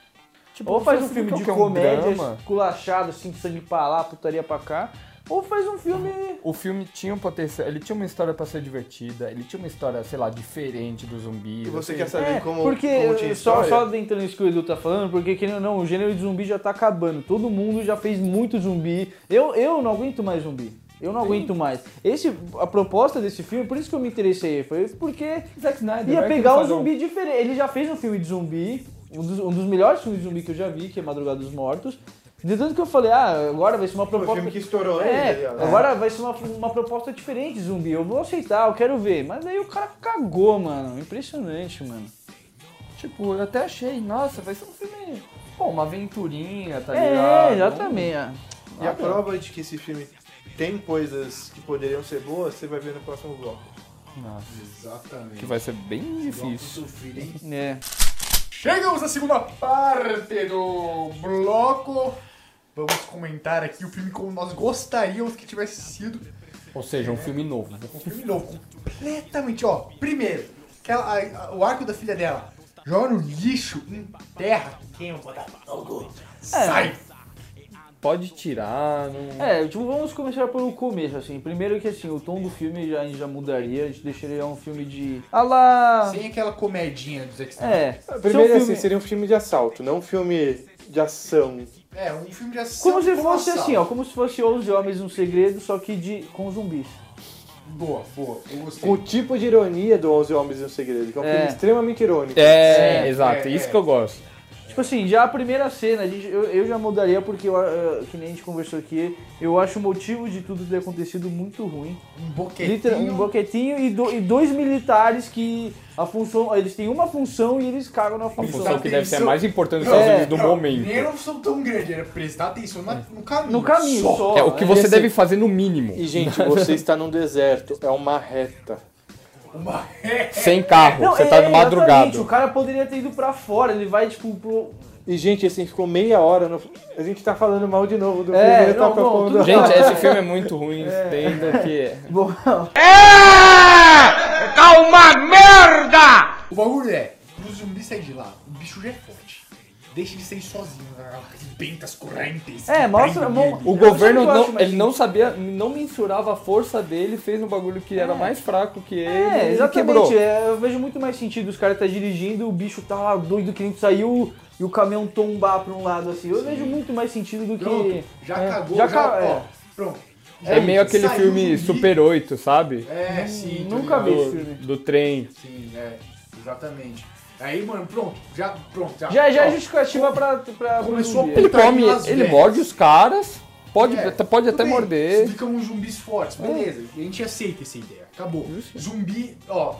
C: Tipo,
D: Ou faz um
C: assim,
D: filme
C: qual
D: de
C: que é um
D: comédia,
C: drama?
D: esculachado, assim, sangue pra lá, putaria pra cá. Ou faz um filme.
C: O filme tinha um potencial, ele tinha uma história pra ser divertida, ele tinha uma história, sei lá, diferente do zumbi.
B: E você
C: assim.
B: quer saber
D: É,
B: como,
D: porque
B: como tinha
D: eh, só,
B: história?
D: só dentro nisso que o Edu tá falando, porque querendo ou não, o gênero de zumbi já tá acabando. Todo mundo já fez muito zumbi. Eu, eu não aguento mais zumbi. Eu não aguento mais. Esse, a proposta desse filme, por isso que eu me interessei, foi porque
C: Zack Snyder,
D: ia
C: vai que ele
D: pegar um
C: faz
D: zumbi diferente. Ele já fez um filme de zumbi, um dos, um dos melhores filmes de zumbi que eu já vi, que é Madrugada dos Mortos. De tanto que eu falei, ah, agora vai ser uma
B: Foi o
D: proposta.
B: filme que estourou, né?
D: É,
B: Ele, ó.
D: agora vai ser uma, uma proposta diferente de zumbi. Eu vou aceitar, eu quero ver. Mas aí o cara cagou, mano. Impressionante, mano.
C: Tipo, eu até achei, nossa, vai ser um filme. Pô, uma aventurinha, tá ligado?
D: É, exatamente.
B: E a prova de que esse filme tem coisas que poderiam ser boas, você vai ver no próximo bloco.
C: Nossa,
A: Exatamente.
C: que vai ser bem
A: Bloco
C: difícil.
A: sofrido, hein?
D: É.
A: Chegamos à segunda parte do bloco. Vamos comentar aqui o filme como nós gostaríamos que tivesse sido.
C: Ou seja, um filme novo.
A: Um filme novo, completamente, ó. Primeiro, aquela- a- a- o arco da filha dela. Joga no lixo, enterra. Quem eu vou dar fogo?
D: É.
A: Sai!
C: Pode tirar, não.
D: É, tipo, vamos começar pelo começo, assim. Primeiro que, assim, o tom do filme já, a gente já mudaria. A gente deixaria um filme de... Ah lá...
A: Sem aquela comedinha do Zack Snyder.
D: É.
B: Primeiro,
D: ser um
B: assim,
D: filme-
B: seria um filme de assalto, não um filme de ação.
A: É, um filme de ação.
D: Como se fosse
A: colossal.
D: assim, ó. Como se fosse 11 Homens no Segredo, só que de... com zumbis.
A: Boa, boa. Eu gostei.
B: Com o tipo de ironia do 11 Homens e um Segredo, que é um
D: É.
B: filme extremamente irônico.
C: É,
D: É,
C: exato,
A: é,
C: isso
A: é.
C: que eu gosto.
D: Tipo assim, já a primeira cena, a gente, eu, eu já mudaria porque, eu, eh, que nem a gente conversou aqui, eu acho o motivo de tudo ter acontecido muito ruim.
A: Um
D: Literal-
A: boquetinho.
D: um boquetinho e, do- e dois militares que a função. Eles têm uma função e eles cagam na
C: A
D: função.
C: função que deve ser a mais importante dos
A: Não,
D: É,
C: Estados Unidos do
A: não, Nem
C: momento.
A: era uma opção tão grande, era prestar atenção na- no caminho.
D: No caminho
A: Só.
D: só.
C: É o que
D: né?
C: você
B: esse-
C: deve fazer no mínimo.
B: E, gente,
D: (laughs)
B: você está num deserto, é uma reta.
A: Uma ré.
C: Sem carro,
D: Não,
C: você
D: é,
C: tá de
D: exatamente, O
C: madrugado.
D: cara poderia ter ido pra fora, ele vai tipo pro.
B: E, gente, assim, ficou meia hora. no- A gente tá falando mal de novo do
D: É,
B: primeiro
D: não,
B: toca
D: não,
B: fundo.
D: tudo bem.
C: Gente, esse filme é muito ruim, entenda que. é.
D: Bom, (laughs)
A: O bagulho é, pro zumbi sair de lá, o bicho já é forte. Deixa ele sair sozinho, ah, arrebenta as correntes.
D: É, mostra-
A: prende ele.
D: mo-
C: O
D: Eu
C: governo
D: sempre
C: não,
D: acho, mas-
C: ele não sabia, não mensurava a força dele, fez um bagulho que era mais fraco que ele.
D: é,
C: e
D: exatamente.
C: Quebrou.
D: é, eu vejo muito mais sentido os caras tá dirigindo, o bicho tá lá doido querendo sair o- e o caminhão tombar pra um lado assim. Eu vejo muito mais sentido do que.
A: Pronto, já
D: É,
A: cagou,
D: já
A: já,
D: ca-
A: ó,
D: é.
A: pronto.
C: É meio aquele
A: Saiu zumbi.
C: filme Super 8, sabe?
A: É, sim. tá
D: Hum, nunca vi esse
A: ligado?
D: filme.
C: Do, do trem.
A: Sim, é, exatamente. Aí, mano, pronto, já, pronto, já.
D: Já, já é
A: Ó,
D: justificativa pra. pra
A: Começou
D: zumbi.
A: a
C: Ele
A: Tá
C: come,
A: em Las
C: ele
A: Vegas.
C: morde os caras, pode,
A: É,
C: pode
A: tudo
C: até
A: bem,
C: morder.
A: Ficam uns zumbis fortes, beleza. A gente aceita essa ideia. Acabou. Zumbi, ó.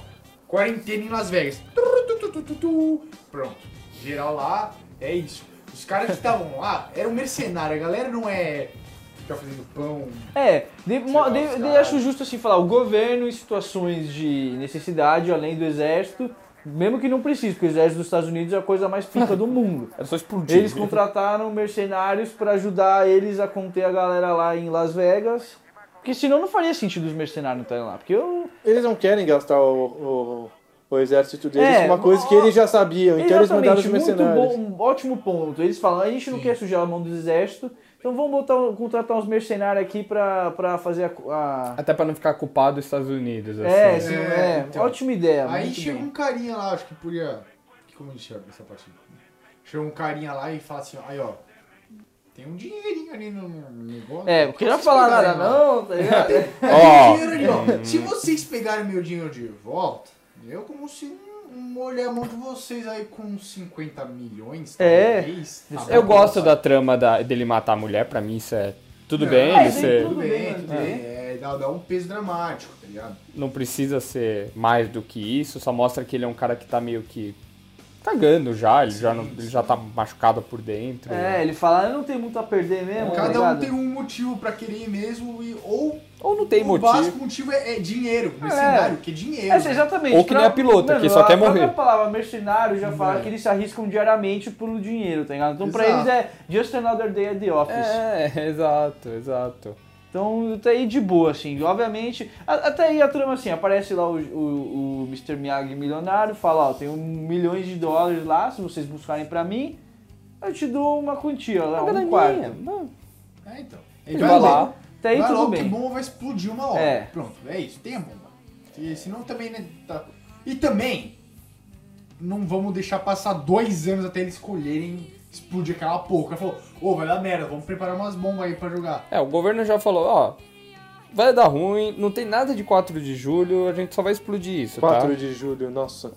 A: Quarentena em Las Vegas. Tu, tu, tu, tu, tu, tu. Pronto. Geral lá, é isso. Os caras que estavam lá eram mercenários. A galera não é. Ficar fazendo pão.
D: É, de, mo-
A: lá,
D: de-
A: os
D: de-
A: caras.
D: acho justo assim falar, o governo em situações de necessidade, além do exército, mesmo que não precise, porque o exército dos Estados Unidos é a coisa mais pica
B: (laughs)
D: do mundo.
C: Era só explodir.
D: Eles contrataram mercenários pra ajudar eles a conter a galera lá em Las Vegas. Porque senão não faria sentido os mercenários não estarem lá. Porque eu.
B: Eles não querem gastar o, o, o exército deles
D: É,
B: com uma coisa que
D: ó,
B: eles já sabiam, então eles mandaram os
D: Exatamente, muito
B: mercenários.
D: bom, um ótimo ponto. Eles falam, a gente não quer sujar a mão do exército, então vamos botar, contratar uns mercenários aqui pra, pra fazer a- a,
C: Até pra não ficar culpado os Estados Unidos.
B: né?
D: É,
C: assim.
D: sim,
A: É,
D: é,
A: então.
D: ótima
C: Tá
D: ideia.
A: Aí
D: muito
A: chega
D: bem.
A: um carinha lá, acho que podia. Como ele chama essa parte? Chega um carinha lá e fala assim, ó, aí ó. Tem um dinheirinho ali no no negócio.
D: É, porque não falar nada, não, tá ligado?
A: né?
C: Ó,
A: Tem dinheiro ali, ó. Se vocês pegarem meu dinheiro de volta, eu como se não- não olhei a mão de vocês aí com 50 milhões,
D: É.
A: talvez. Tá
C: eu
A: bom,
C: gosto
A: sabe?
C: da trama da- dele matar a mulher, pra mim isso é. Tudo
A: Não,
C: bem,
A: é,
C: ele
D: sim,
C: ser-
A: Tudo bem, tudo
D: É.
A: bem. É, dá, dá um peso dramático, tá ligado?
C: não precisa ser mais do que isso, só mostra que ele é um cara que tá meio que cagando já, ele, já, não- ele já tá machucado por dentro.
D: É, ele fala, eu não tenho muito a perder mesmo, tá
A: Cada um
D: ligado?
A: tem um motivo pra querer mesmo e ou
C: Ou não tem
A: o
C: motivo.
A: básico motivo é, é dinheiro, mercenário, que é dinheiro.
D: Essa, exatamente.
C: Ou que nem a pilota, que só
D: a
C: quer
D: própria
C: morrer.
D: palavra mercenário já fala
A: É.
D: que eles se arriscam diariamente pelo dinheiro, tá ligado? Então pra eles
A: Exato.
D: é just another day at the office.
C: É, (laughs) exato, exato.
D: Então até aí de boa, assim. Obviamente, a- até aí a trama, assim, aparece lá o, o, o Mr. Miyagi milionário, fala, ó, tem um milhões de dólares lá, se vocês buscarem pra mim, eu te dou uma quantia, lá, um quarto.
A: É, então.
C: Ele
A: vai
C: vai
A: lá.
C: lá.
D: Até aí
A: vai
D: tudo
A: logo que
D: bem.
A: bomba vai explodir uma hora.
D: É.
A: Pronto, é isso. Tem a bomba. E senão também, né? tá- E também, não vamos deixar passar dois anos até eles escolherem explodir aquela porca. Falou, ô, vai dar merda, vamos preparar umas bombas aí pra jogar.
C: É, o governo já falou, ó, vai dar ruim, não tem nada de 4 de julho, a gente só vai explodir isso,
B: 4
C: tá?
B: de julho, nossa.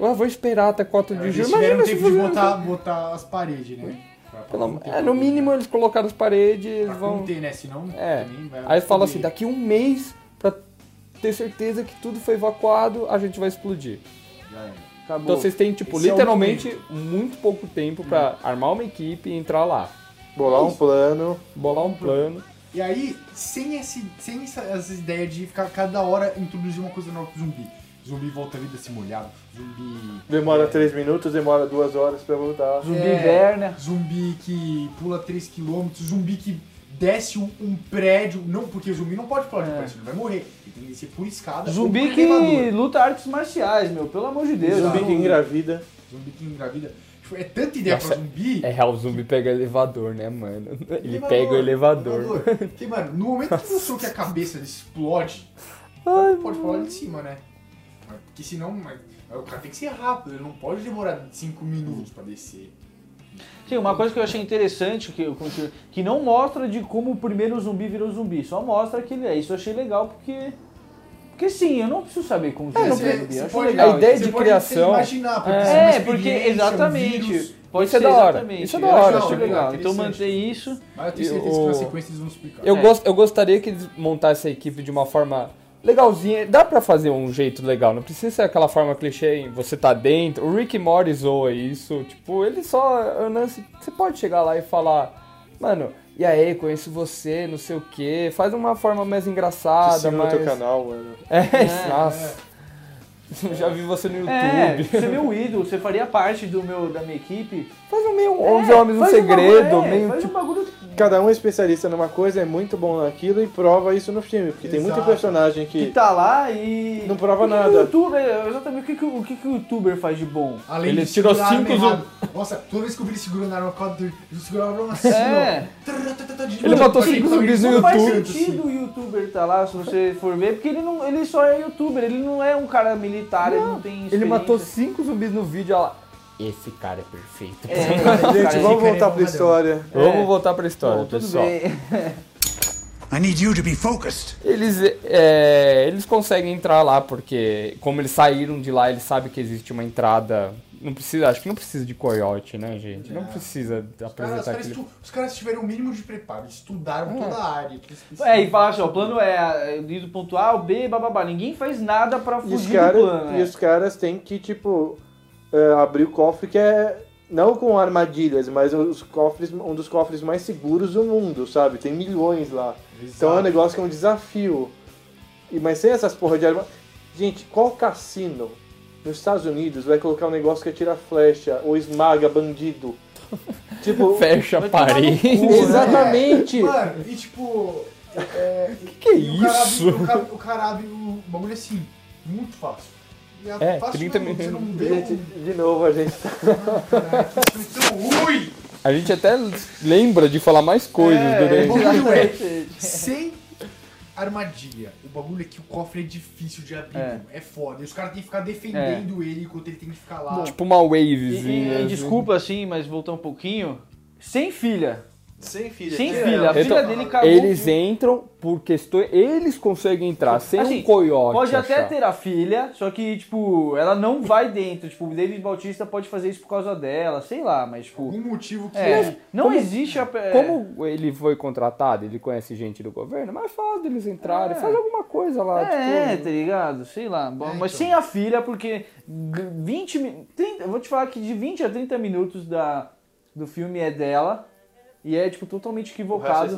C: Eu vou esperar até 4 de
A: Eles
C: julho, assim
A: tiveram um
C: imagina se
A: tempo de
C: fosse... um
A: botar, botar as paredes, né? Pra- pra
C: Pelo-
A: conter,
C: É, no mínimo eles colocaram as paredes,
A: Pra
C: eles vão...
A: conter, né? Senão
C: É,
A: também vai
C: aí fala assim,
A: explodir.
C: daqui um mês, pra ter certeza que tudo foi evacuado, a gente vai explodir.
A: Já era.
D: Acabou.
C: Então vocês têm, tipo,
A: Esse é o Hum.
C: literalmente muito pouco tempo pra armar uma equipe e entrar lá.
B: Bolar um plano.
C: Bolar
A: Uhum.
C: um plano.
A: E aí, sem, esse, sem essa, essa ideia de ficar cada hora introduzir uma coisa nova pro zumbi. Zumbi volta à vida se molhado, zumbi.
B: Demora 3 minutos, demora 2 horas pra voltar.
D: Zumbi né?
A: É.
D: Werner.
A: Zumbi que pula 3km, zumbi que desce um, um prédio. Não, porque o zumbi não pode pular de
D: É.
A: prédio, senão vai morrer. Ele tem que descer por escada. ou
D: Zumbi
A: por
D: que
A: elevador.
D: luta artes marciais, meu. Pelo amor de Deus.
B: Zumbi
A: Exato.
B: que engravida.
A: Zumbi que engravida. Tipo, É tanta ideia
C: Nossa,
A: pra zumbi.
C: É real, o zumbi pega elevador, né, mano? (laughs) Ele
A: Elevador,
C: pega o elevador.
A: Porque, mano, no momento que você que a cabeça dele explode, pode pular lá de cima, né? Mas- Porque senão, mas, o cara tem que ser rápido, ele não pode demorar 5 minutos pra descer.
D: Sim, uma coisa que eu achei interessante, que, eu continuo- que não mostra de como o primeiro zumbi virou zumbi, só mostra que ele é. Isso eu achei legal porque. Porque sim, eu não preciso saber como
A: É,
D: virou
A: você-
D: zumbi.
A: você
D: Eu acho
A: pode-
D: legal.
C: A ideia
A: você
C: de
A: pode
C: criação-
A: até imaginar, porque isso uma
D: É, porque
A: experiência, um
D: exatamente.
A: vírus.
D: Pode
C: Isso é
D: ser
C: da hora,
D: exatamente.
C: isso é da
D: Eu
C: hora,
D: acho
C: achei
D: legal.
A: legal,
D: Então
A: interessante.
D: manter isso.
A: Mas eu tenho certeza
C: Eu-
A: que na sequência eles vão explicar.
C: Eu,
D: É.
C: gosto, eu gostaria que eles montassem a equipe de uma forma legalzinha. Dá pra fazer um jeito legal, não precisa ser aquela forma clichê em você tá dentro. O Rick Morty zoa isso, tipo, ele só. Nancy, você pode chegar lá e falar, mano, e aí, conheço você, não sei o quê. Faz uma forma mais engraçada,
B: Assina no
C: mais.
B: teu canal, mano.
C: (laughs) É, nossa. (laughs) Já vi você no YouTube.
D: É, você é meu ídolo, você faria parte do meu, da minha equipe.
C: Faz um meio 11
D: É,
C: homens no
D: faz um
C: segredo,
D: bagulho- é,
C: meio
D: faz
C: tipo.
D: um bagulho
B: Cada um é especialista numa coisa, é muito bom naquilo e prova isso no filme. Porque tem muito
A: Exato.
B: personagem
D: que
B: que
D: tá lá e.
B: não prova
D: O que que
B: nada.
D: O youtuber, exatamente o que, que o- o que, que o youtuber faz de bom?
A: Além
C: Ele
A: de
C: tirou
A: segurar a arma
C: cinco
A: errado. Nossa, toda vez que eu vi ele segurando a arma, eu segurava a arma assim,
D: É.
A: ó. Trrr, tata, tata, de
C: Ele
A: novo,
C: matou
A: pra quem
C: cinco
A: tá
C: zumbis
A: vendo,
C: no
A: não faz
D: faz
C: YouTube.
A: tanto, assim.
D: sentido o youtuber tá lá, se você for ver, porque ele, não, ele só é youtuber, ele não é um cara militar, um- ele não tem
C: Ele
D: experiência.
C: matou cinco zumbis no vídeo, olha lá. Esse cara é perfeito.
D: É, cara, é um
B: Gente,
A: vamos
B: vamos
A: voltar pra
B: voltar pra história.
C: Vamos voltar pra história,
D: bom, tudo
C: pessoal.
D: bem.
E: I need you to be focused.
C: Eles, é, eles conseguem entrar lá porque, como eles saíram de lá, eles sabem que existe uma entrada. Não precisa, acho que não precisa de coiote, né, gente?
D: É.
C: Não
A: Não.
C: precisa
A: Cara, os
C: apresentar
A: caras,
C: aquele.
A: estu- os caras tiveram o mínimo de preparo, estudaram toda a área. que eles
D: É, e fala assim, ó, o plano é é, ir do ponto A ao B, bababá. Ninguém faz nada pra
B: E os,
D: fugir do
B: cara,
D: plano, né?
B: e os caras têm que, tipo, é, abrir o cofre que é. Não com armadilhas, mas os cofres, um dos cofres mais seguros do mundo, sabe? Tem milhões lá. Então é um negócio que é um desafio. E, mas sem essas porra de arma. Gente, qual cassino nos Estados Unidos vai colocar um negócio que atira flecha ou esmaga
D: (laughs)
B: bandido? tipo.
C: Fecha a
D: Vai tomar no
C: (laughs) parede.
D: cu, né?
B: Exatamente!
A: Mano, e tipo. É, que
C: que é isso?
A: O cara, abre- o cara abre o bagulho assim, muito fácil. E
C: É, 30
A: não, Você não vê um
B: Gente,
A: o.
B: de novo, a gente tá.
A: Caraca, isso é tão ruim!
C: A gente até lembra de falar mais coisas
D: É,
A: O
C: durante.
A: bagulho é sem armadilha. O bagulho é que o cofre é difícil de abrir,
D: É.
A: mano. é, foda. E os caras têm que ficar defendendo ele enquanto ele tem que ficar
D: é.
A: lá.
C: Tipo uma
D: E- e-
C: wavezinha.
D: e
C: assim.
D: desculpa, assim, mas voltar um pouquinho. Sem filha.
B: Sem filha.
D: Sem é filha. A
C: Então,
D: filha dele cagou.
C: Eles entram por questões. Eles conseguem entrar sem um
D: Assim,
C: coiote.
D: Pode até
C: achar.
D: ter a filha, só que, tipo, ela não vai dentro. Tipo, o David Bautista pode fazer isso por causa dela, sei lá, mas, tipo.
A: Algum um motivo que.
D: É, não
C: como-
D: existe a. é,
C: Como ele foi contratado, ele conhece gente do governo, mas faz deles entrarem,
D: É.
C: faz alguma coisa lá.
D: É,
C: tipo,
D: tá ligado? Sei lá. Bom,
A: É,
D: mas
A: então.
D: sem a filha, porque g- 20 mi- 30, eu vou te falar que de 20 a 30 minutos da, do filme é dela. E é, tipo, totalmente equivocado.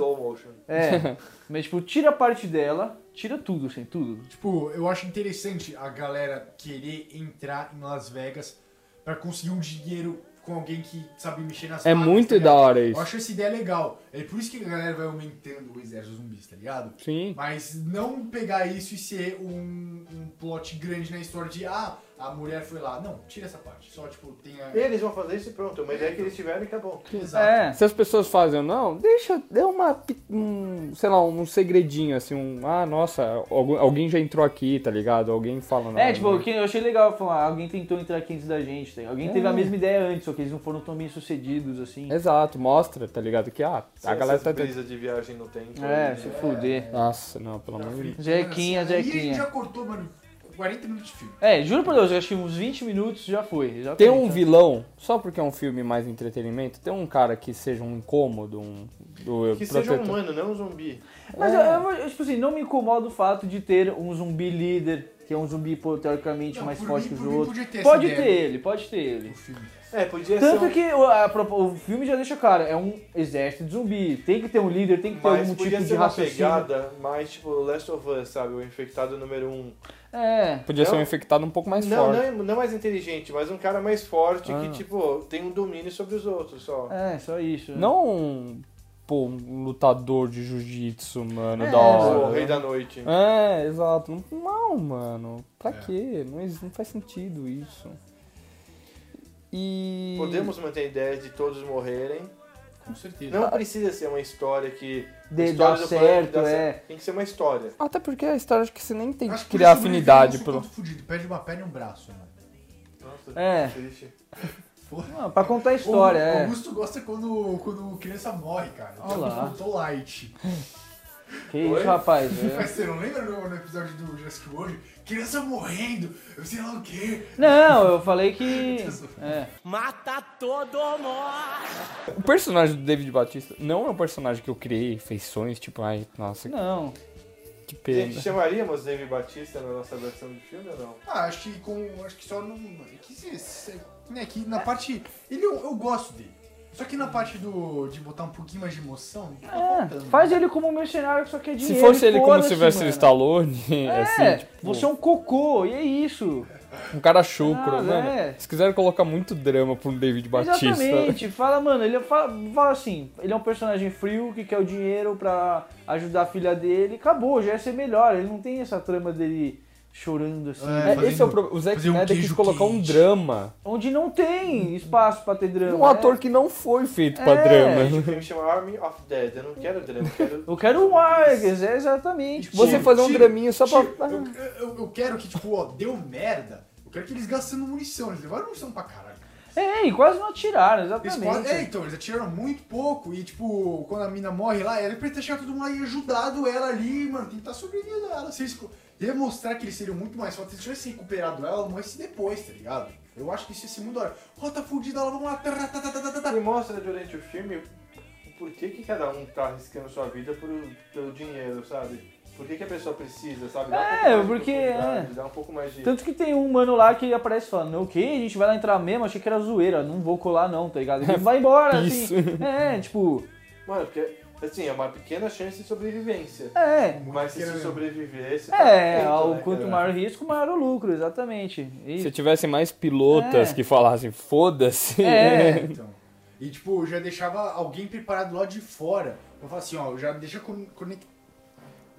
D: É. mas, tipo, tira a parte dela, tira tudo, sem tudo.
A: Tipo, eu acho interessante a galera querer entrar em Las Vegas pra conseguir um dinheiro com alguém que sabe mexer nas
C: É
A: facas,
C: muito
A: tá ligado?
C: da hora isso.
A: Eu acho essa ideia legal. É por isso que a galera vai aumentando o exército zumbis, tá ligado?
C: Sim.
A: Mas não pegar isso e ser um, um plot grande na história de ah, a A mulher foi lá, não, tira essa parte. Só, tipo, tem a...
B: Eles vão fazer isso e pronto. Uma ideia que eles tiveram e acabou.
A: Exato.
D: É.
C: Se as pessoas fazem ou não, deixa, dê uma, pi- um, sei lá, um segredinho, assim, um, ah, nossa, algu- alguém já entrou aqui, tá ligado? Alguém fala, né? não,
D: É, tipo,
C: não.
D: eu que- eu achei legal falar, alguém tentou entrar aqui antes da gente, tem- alguém teve
C: É.
D: a mesma ideia antes, só que eles não foram tão bem sucedidos assim.
C: Exato, mostra, tá ligado? Que, ah, a galera tá...
B: Essas brisas de viagem no tempo. né?
D: É, se fuder.
C: Nossa, não, pelo amor de Deus.
D: Zequinha,
A: Mano, assim, Aí a
D: Zequinha.
A: gente já cortou, mano, 40 minutos de filme.
D: É, juro por Deus, eu acho que uns 20 minutos já foi. já
C: Tem
D: foi,
C: um
D: tá?
C: vilão, só porque é um filme mais entretenimento, tem um cara que seja um incômodo, um... Do,
B: Que seja um humano, não um zumbi.
D: Mas
C: É.
D: eu, eu, eu, tipo assim, não me incomoda o fato de ter um zumbi líder, que é um zumbi pô, teoricamente
A: Não,
D: mais
A: por mim-
D: forte que os
A: por mim
D: outros.
A: podia ter essa
D: Pode
A: ideia.
D: ter ele, pode ter ele.
A: O filme.
B: É, podia ser.
D: Tanto
B: um-
D: que o, a propo- o filme já deixa claro, é um exército de zumbi. Tem que ter um líder, tem que ter
B: Mas
D: algum
B: podia
D: tipo
B: ser
D: de
B: uma
D: raciocínio.
B: pegada mais tipo Last of Us, sabe? O infectado número um.
D: É.
C: Podia ser um
B: Não.
C: infectado um pouco mais
B: não, é-
C: forte.
B: não, não mais inteligente, mas um cara mais forte
C: Ah.
B: que, tipo, tem um domínio sobre os outros só.
D: É, só isso.
C: Não um, pô, um lutador de jiu-jitsu, mano,
D: É,
C: da
B: Tipo,
C: hora.
B: o rei da noite.
C: É, exato. Não- Não, mano. Pra
A: É.
C: quê? Não, ex- não faz sentido isso. E.
B: Podemos manter a ideia de todos morrerem.
A: Com certeza.
C: Ah.
B: Não precisa ser uma história que.
D: De-
B: a história
D: dar
B: do planeta
D: certo,
B: dá
D: é.
B: certo. Tem que ser uma história.
C: Até porque a história acho que você nem tem
A: Acho
C: que
A: que
C: criar
A: por isso o
C: afinidade
A: Levi é um
C: pelo.
A: moço todo fudido, perde uma perna e um braço, mano.
B: Nossa,
D: É.
B: triste.
D: Não, pra contar a história,
A: o, o
D: é.
A: Augusto gosta quando, quando criança morre, cara. Tipo,
D: Olha lá.
A: Tô light.
D: Que isso,
B: Oi?
D: rapaz.
C: É.
D: é.
A: Mas você não lembra no, no episódio do Jurassic World? Criança morrendo, eu sei lá o quê.
D: é. Não, eu falei que. É.
C: O personagem do David Batista não é um personagem que eu criei feições, tipo, ai, nossa,
D: Não.
C: que
B: Gente,
C: pena.
B: chamaríamos David Batista na nossa versão do filme ou não?
A: Ah, acho que com. Acho que só no. Que, se- se- né, que na parte. Ele eu, eu gosto dele. Só que na parte do. de botar um pouquinho mais de emoção, tá
D: É,
A: faltando.
D: faz ele como um mercenário que só quer
C: Se
D: dinheiro.
C: fosse ele como
D: foda-se,
C: Sylvester
D: mano.
C: Stallone, (laughs)
D: É,
C: assim, tipo,
D: você é um cocô, e é isso.
C: um cara chucro,
D: Ah,
C: mano.
D: é.
C: Se quiser colocar muito drama pro David Batista.
D: Exatamente. Fala, mano, ele fala, fala assim, ele é um personagem frio que quer o dinheiro pra ajudar a filha dele. Acabou, já ia ser melhor. Ele não tem essa trama dele chorando assim.
A: É.
C: É,
A: fazendo-
C: esse é o problema. O Zack
A: fazer um
C: Snyder quis
A: queijo
C: colocar um
A: quente.
C: drama.
D: Onde não tem espaço pra ter drama.
C: Um
D: né?
C: ator que não foi feito pra
D: É.
B: O
C: drama.
B: filme chama Army of Dead. Eu não quero drama, eu quero.
D: Eu quero um Argus, é exatamente.
A: Tipo,
C: Você
A: Tiro,
C: fazer um
A: tiro,
C: draminha só pra.
A: Tipo, eu, eu, eu quero que, tipo, ó, deu merda. Eu quero que eles gastem munição. Eles levaram munição pra caralho.
D: É, e quase não atiraram,
A: Eles quase-
D: exatamente.
A: é, então, eles atiraram muito pouco e, tipo, quando a mina morre lá, era pra ter chegado todo mundo lá e ajudado ela ali, mano, tentar sobreviver ela. Se eles co- demonstrar que eles seriam muito mais fortes, se eles tivessem recuperado ela, ela morresse depois, tá ligado? Eu acho que isso ia ser muito da hora. Ó, tá fudida, ela, vamos lá. tará, tá, tá, tá, tá, tá.
B: E mostra durante o filme o porquê que cada um tá arriscando sua vida por, pelo dinheiro, sabe? Por que, que a pessoa precisa, sabe? Dá um
D: É,
B: pouco mais de
D: porque,
B: oportunidade,
D: é.
B: Dá um pouco mais de.
D: Tanto que tem um mano lá que aparece falando, o quê? A gente vai lá entrar mesmo? Achei que era zoeira, não vou colar não, tá ligado? Ele vai embora, assim. É, tipo,
B: Mano, porque assim, é uma pequena chance de sobrevivência.
D: é.
A: Muito
B: Mas se
A: pequeno
B: você
A: mesmo.
B: sobreviver, você tá
D: É,
B: feito,
D: o
B: né,
D: quanto
B: cara?
D: maior o risco, maior o lucro, exatamente.
C: Se
D: E,
C: tivessem mais pilotas
D: É.
C: que falassem, foda-se. né?
D: É.
A: (laughs) Então, e, tipo, já deixava alguém preparado lá de fora. Eu falo assim, ó, já deixa con- conec-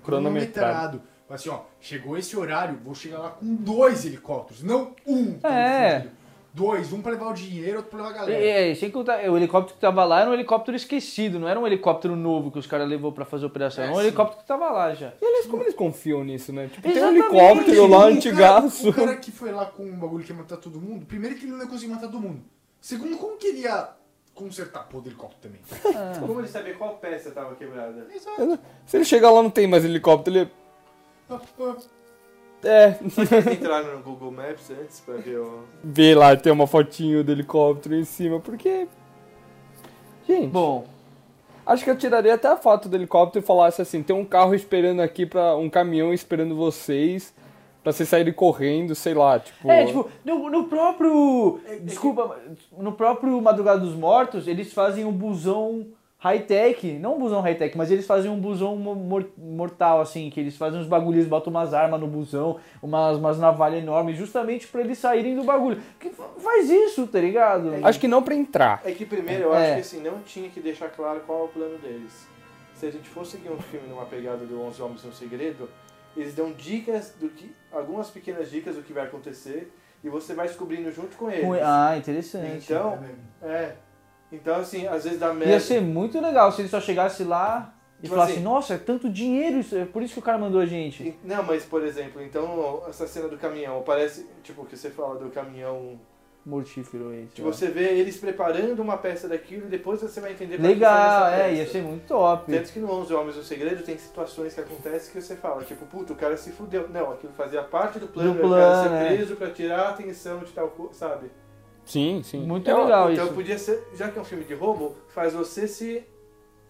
C: Cronometrado.
A: cronometrado. Fala assim, ó, chegou esse horário, vou chegar lá com dois helicópteros, não um. tá
D: É.
A: me fudido. Dois, um pra levar o dinheiro, outro pra levar a
D: e,
A: galera.
D: e, e, sem contar, o helicóptero que tava lá era um helicóptero esquecido, não era um helicóptero novo que os caras levou pra fazer operação,
A: É,
D: era um
A: sim.
D: helicóptero que tava lá já.
C: E eles, como eles confiam nisso, né? Tipo, tem um
D: Exatamente.
C: helicóptero lá,
A: O cara-
C: antigaço.
D: (laughs)
A: O cara que foi lá com um bagulho que ia matar todo mundo, primeiro que ele não ia conseguir matar todo mundo. Segundo, como que ele ia consertar a porra do helicóptero também?
B: Como ele sabia qual peça tava quebrada?
A: Exato.
C: Se ele chegar lá não tem mais helicóptero, ele. Então,
A: Ah, ah.
C: É,
B: Vocês entraram no Google Maps antes pra ver o.
C: vê lá, tem uma fotinho do helicóptero em cima, porque. Gente,
D: Bom,
C: acho que eu tiraria até a foto do helicóptero e falasse assim: tem um carro esperando aqui para um caminhão esperando vocês, pra vocês saírem correndo, sei lá, tipo.
D: É, tipo, no, no próprio.
B: É,
D: Desculpa, no próprio Madrugada dos Mortos, eles fazem um busão high-tech. Não um busão high-tech, mas eles fazem um busão mo- mor- mortal, assim, que eles fazem uns bagulhos, botam umas armas no busão, umas, umas navalhas enormes, justamente pra eles saírem do bagulho. Que fa- faz isso, tá ligado?
C: Acho que não pra entrar.
B: É que primeiro eu
D: É.
B: acho que assim, não tinha que deixar claro qual é o plano deles. Se a gente for seguir um filme numa pegada do 11 Homens e um Segredo, eles dão dicas do que. algumas pequenas dicas do que vai acontecer. E você vai descobrindo junto com eles.
D: Com- Ah, interessante.
B: então, é. Então, assim, às vezes dá merda.
D: Ia ser muito legal se ele só chegasse lá e
B: Tipo
D: falasse,
B: assim,
D: nossa, é tanto dinheiro, isso, é por isso que o cara mandou a gente.
B: E- Não, mas por exemplo, então essa cena do caminhão, parece, tipo, que você fala do caminhão.
D: Mortífero aí. sei
B: Que
D: lá.
B: você vê eles preparando uma peça daquilo e depois você vai entender pra que
D: Legal,
B: serve essa
D: é, ia
B: peça.
D: ser muito top.
B: Tanto que no 11 Homens no Segredo tem situações que acontecem que você fala, tipo, puta, o cara se fudeu. Não, aquilo fazia parte do plano,
D: Do
B: o cara
D: plano, é.
B: ser preso pra tirar a atenção de tal coisa, sabe?
C: Sim, sim.
D: Muito
C: Eu-
D: legal
B: então
D: isso.
B: podia ser, já que é um filme de roubo, faz você se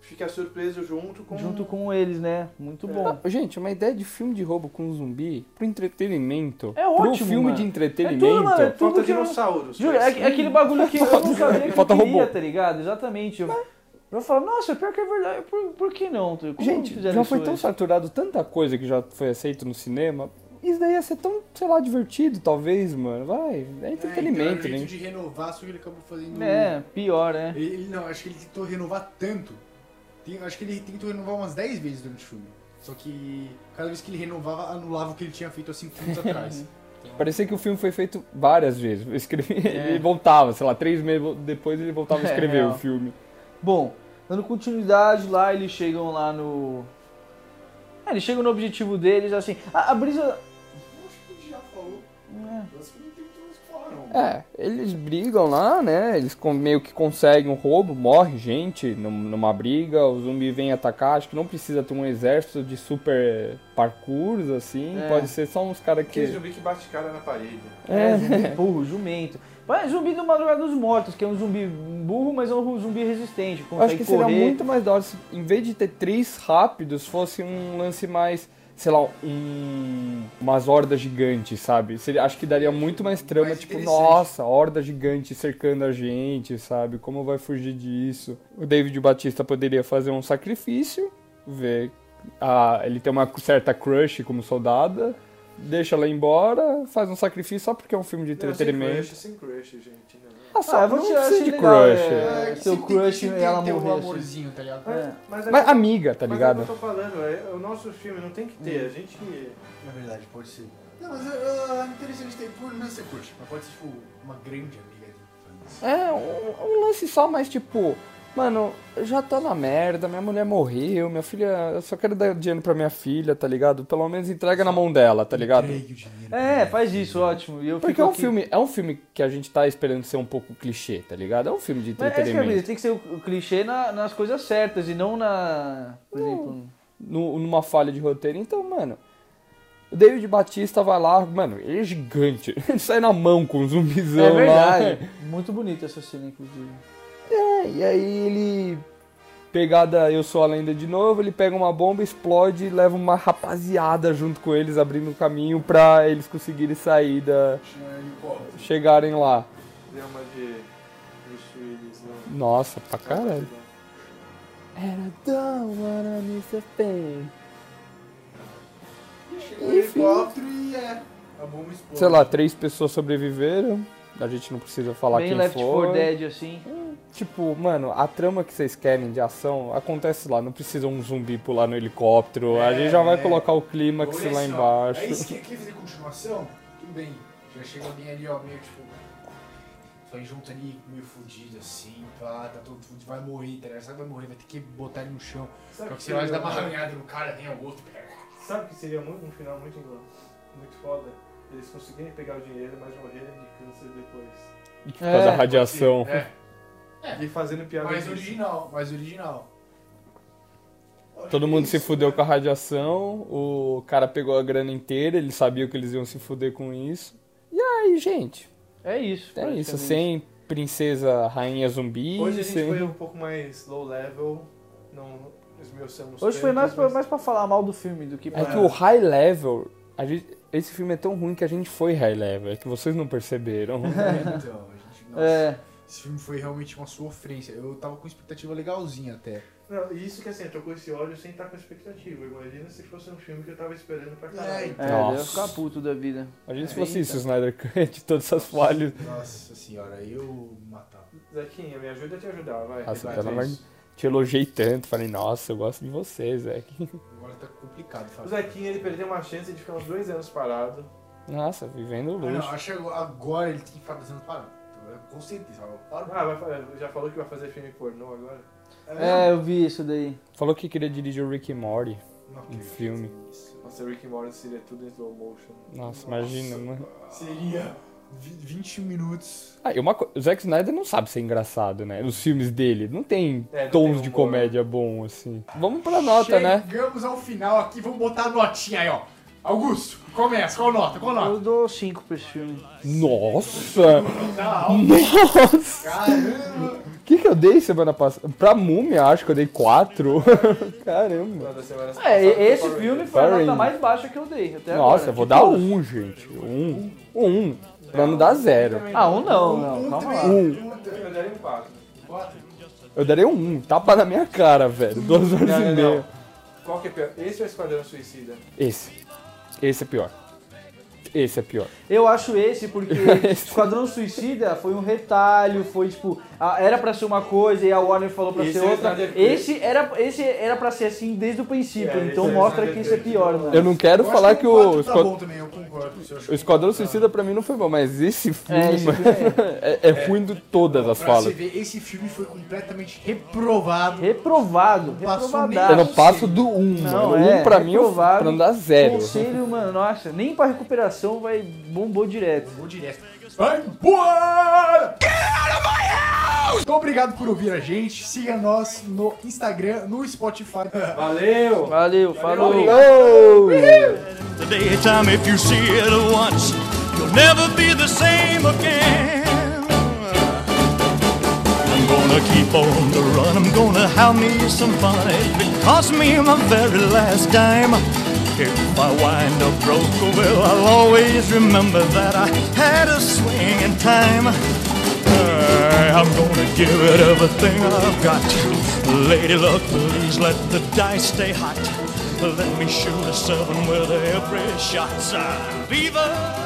B: ficar surpreso junto com...
D: Junto com eles, né?
C: É.
D: Muito bom.
C: Não, gente, uma ideia de filme de roubo com zumbi pro entretenimento.
D: É
C: pro
D: ótimo,
C: filme
D: mano.
C: de
D: É tudo,
C: entretenimento.
D: mano, é tudo
B: Falta
D: que eu-
B: dinossauros. assim.
D: Juro, é,
B: parece.
D: é aquele bagulho que eu não sabia que eu
C: Falta
D: queria,
C: robô.
D: tá ligado? Exatamente. Eu, eu falo, nossa, pior que é verdade, por, por que não? Tá Como
C: Gente,
D: fizeram
C: já
D: isso
C: foi tão
D: antes?
C: saturado tanta coisa que já foi aceito no cinema. Isso daí ia ser tão, sei lá, divertido, talvez, mano. Vai, é
A: então,
C: entretenimento,
A: é um jeito
C: né?
A: de renovar, só que ele acabou fazendo.
D: É, pior, né?
A: Ele, ele- não, acho que ele tentou renovar tanto. Tem- acho que ele tentou renovar umas 10 vezes durante o filme. Só que cada vez que ele renovava, anulava o que ele tinha feito há 5
D: (laughs)
A: anos atrás.
C: Parecia que o filme foi feito várias vezes. Eu escrevi, (laughs)
D: É.
C: ele voltava, sei lá, três meses depois ele voltava a
D: (laughs) É,
C: escrever
D: real.
C: o filme.
D: Bom, dando continuidade lá, eles chegam lá no. É, eles chegam no objetivo deles, assim. A, a brisa. é,
A: Acho que a gente já falou. Eu acho que não tem muito mais o que falar, não.
C: É, eles brigam lá, né? Eles com- meio que conseguem um roubo, morre gente num- numa briga, o zumbi vem atacar, acho que não precisa ter um exército de super parkours, assim,
D: É.
C: pode ser só uns caras que...
B: Aquele zumbi que bate cara na parede.
D: É, zumbi burro, jumento. Mas é zumbi do Madrugada dos Mortos, que é um zumbi burro, mas é um zumbi resistente.
C: Eu acho
D: Consegue
C: que
D: correr.
C: seria muito mais da hora se, em vez de ter três rápidos, fosse um lance mais, sei lá, um, umas hordas gigantes, sabe? Seria- acho que daria muito mais trama,
A: Mais
C: tipo,
A: interessante.
C: nossa, horda gigante cercando a gente, sabe? Como vai fugir disso? O David Batista poderia fazer um sacrifício, ver. a- ele tem uma certa crush como soldada, deixa ela embora, faz um sacrifício só porque é um filme de
B: Não, sem
C: entretenimento.
B: crush, sem crush, gente. não.
C: Ah,
D: Ah,
C: só,
D: eu vou
C: não
D: te- eu
C: precisa
D: achei
C: de
D: legal,
C: crush.
D: é.
A: que
D: seu
A: sempre tem-
D: crush,
A: sempre tem
D: ela
A: que ter um
D: morrer, assim.
A: amorzinho, tá ligado?
D: É.
B: Mas,
C: Mas amiga, tá
B: mas
C: ligado?
B: é o que eu tô falando, é, o nosso filme não tem que ter,
D: Hum.
B: a gente...
A: Na verdade, pode ser. Não, mas é é interessante ter, por não ser crush, mas pode ser tipo uma grande amiga de fãs.
C: É, um, um lance só, mas tipo, mano, eu já tô na merda, minha mulher morreu, minha filha, eu só quero dar dinheiro pra minha filha, tá ligado? Pelo menos entrega na mão dela, tá ligado?
A: Entregue o dinheiro
D: É,
A: pra
D: faz
A: minha
D: isso,
A: filha.
D: ótimo. E eu
C: Porque
D: fico
C: é um
D: aqui-
C: filme, é um filme que a gente tá esperando ser um pouco clichê, tá ligado? É um filme de
D: Mas é isso que é a brisa,
C: entretenimento.
D: tem que ser o o clichê na- nas coisas certas e não na. Por exemplo. um-
C: Nu- numa falha de roteiro, então, mano. O David Batista vai lá, mano, ele é gigante. (laughs) Ele sai na mão com um zumbizão
D: É
C: lá.
D: verdade. Muito bonita essa cena, inclusive.
C: E aí ele. Pegada Eu Sou a Lenda de novo, ele pega uma bomba, explode e leva uma rapaziada junto com eles, abrindo o caminho pra eles conseguirem sair da.
A: Tinha helicóptero.
C: chegarem lá.
B: Deu uma de... Bruce Willis, né? não.
C: Nossa, pra caralho. Era don't wanna miss a thing.
A: Chegou o helicóptero e é. A bomba explode.
C: Sei lá, três pessoas sobreviveram. A gente não precisa falar
D: Bem
C: quem
D: Left 4
C: foi.
D: Dead, assim.
C: Tipo, mano, a trama que vocês querem de ação acontece lá. Não precisa um zumbi pular no helicóptero. a
A: É,
C: gente já vai
A: é.
C: colocar o clímax
A: Olha
C: lá
A: só,
C: embaixo.
A: É isso que quer fazer continuação? Tudo bem. Já chega alguém ali, ó, meio tipo. Vai junto ali, meio fudido assim, pá, tá todo fudido, vai morrer, tá ligado? Sabe que vai morrer, vai ter que botar ele no chão. Só
B: Sabe
A: que você vai dar uma arranhada no cara, vem o outro, pega.
B: Sabe que seria mu- um final muito, englo- muito foda? Eles conseguirem pegar o dinheiro, mas morrerem de câncer depois.
C: Por causa
D: É,
C: da radiação.
A: É,
B: E fazendo piada
A: mais
B: disso.
A: original, mais original.
C: Todo mundo se fudeu com a radiação, o cara pegou a grana inteira, ele sabia que eles iam se fuder com isso. E aí, gente,
D: É
C: é
D: isso.
C: isso,
D: praticamente.
C: sem princesa, rainha zumbi,
B: Hoje a gente
C: sem...
B: foi um pouco mais low level, não esmiuçamos
D: Hoje foi
B: tanto,
D: mais pra,
B: mas-
D: mais pra falar mal do filme do que pra.
C: É que o high level, a gente- esse filme é tão ruim que a gente foi high level, é que vocês não perceberam. (laughs)
A: Então, a gente, nossa,
D: É,
A: esse filme foi realmente uma sofrência. Eu tava com expectativa legalzinha até.
B: Não, e isso que assim, eu tô com esse ódio sem estar com expectativa. Imagina se fosse um filme que eu tava esperando pra
A: É,
B: caralho.
A: então.
D: é eu ia
C: Nossa.
D: ficar puto da vida.
C: Imagina se fosse isso, o Snyder Cut, (laughs) todas essas falhas.
A: Nossa senhora, eu matava.
B: Zequinha, me ajuda a te ajudar, vai.
C: Nossa,
B: Vai,
C: pelo
B: vai.
C: amor de Te elogiei tanto, falei, nossa, eu gosto de vocês, é Zé.
A: Agora tá complicado,
B: O
A: Fábio.
B: Zequinha, ele perdeu uma chance de ficar uns dois anos parado.
C: Nossa, vivendo o
A: Ah, não,
C: luxo.
A: acho que agora ele tem que ficar pensando, para, com certeza, para,
B: Ah, vai, fa- já falou que vai fazer filme pornô agora?
D: É, eu vi isso daí.
C: Falou que queria dirigir o Rick e Morty,
A: Não
C: um
A: acredito
C: filme.
A: nisso.
B: Nossa, o Rick and Morty seria tudo em slow motion.
C: Nossa, imagina, mano.
A: ah, Seria vi- 21 minutos.
C: Ah, e uma co... O Zack Snyder não sabe ser engraçado, né? Os filmes dele não tem
B: É, não
C: tons
B: tem
C: de
B: humor.
C: comédia bom, assim. Vamos pra nota, né?
A: Chegamos ao final aqui, vamos botar a notinha aí, ó. Augusto, começa, qual nota, qual
D: Eu
A: nota?
D: dou 5 pra esse filme.
C: Nossa! (laughs)
A: Dá alto,
C: Nossa!
A: caramba.
C: O que, que eu dei semana passada? Pra Múmia, acho que eu dei 4. (laughs) Caramba.
B: Uma das semanas
D: É,
B: passadas,
D: e- esse
B: Power
D: filme
B: Rangers.
D: foi a
C: Sorry.
D: nota mais baixa que é eu dei até agora.
C: Nossa, eu vou
D: De
C: dar
D: todos.
C: um, gente. Um. Um. Pra não dar zero.
D: Ah, um não, não.
A: Um
D: Calma lá.
A: também,
C: Um.
A: um também.
B: Eu daria um
D: (laughs)
B: quatro.
A: Quatro.
C: Eu daria um. Tapa na minha cara, velho. Duas horas
B: Não,
C: e
B: não,
C: meia.
B: não. Qual que é pior? Esse ou Esquadrão Suicida?
C: Esse. Esse é pior. Esse é pior.
D: Eu acho
C: (laughs)
D: esse porque Esquadrão Suicida foi um retalho, foi tipo, a- era pra ser uma coisa e a Warner falou pra
B: Esse
D: ser
B: é o
D: outra.
B: Snyder Cut.
D: Esse era esse era para ser assim desde o princípio,
B: É, esse
D: então
B: é o
D: mostra
B: Snyder
D: que isso é
B: Cut.
D: pior, mano.
C: Eu não quero
A: Eu acho
C: falar que o,
A: quatro
C: Esquad-
A: tá bom também, eu concordo com você. eu acho
C: o Esquadrão Suicida pra mim não foi bom, mas esse filme,
D: É, esse filme
C: (laughs) é, é ruim de todas as
A: Pra você
C: falas.
A: ver, esse filme foi completamente reprovado.
D: Reprovado,
A: Passou
C: Eu
A: nem-
D: reprovadaço.
C: não passo do 1, um,
D: Não,
C: mano.
D: é,
C: um pra mim eu
D: reprovável.
C: pra não dar zero.
D: Conselho, mano, nossa, nem pra recuperação vai bombou direto.
A: Vou direto. Vai embora! Muito obrigado por ouvir a gente. Siga nós no Instagram, no (laughs) Spotify.
B: Valeu!
D: Valeu, falou.
C: Oh!
F: the daytime if you see it once you'll never be the same again i'm gonna keep on the run i'm gonna have me some fun it cost me my very last dime if i wind up broke oh, well i'll always remember that i had a swing in time Hey, I'm gonna give it everything I've got. Lady luck, please let the dice stay hot. Let me shoot a seven with every shot. Ah, Viva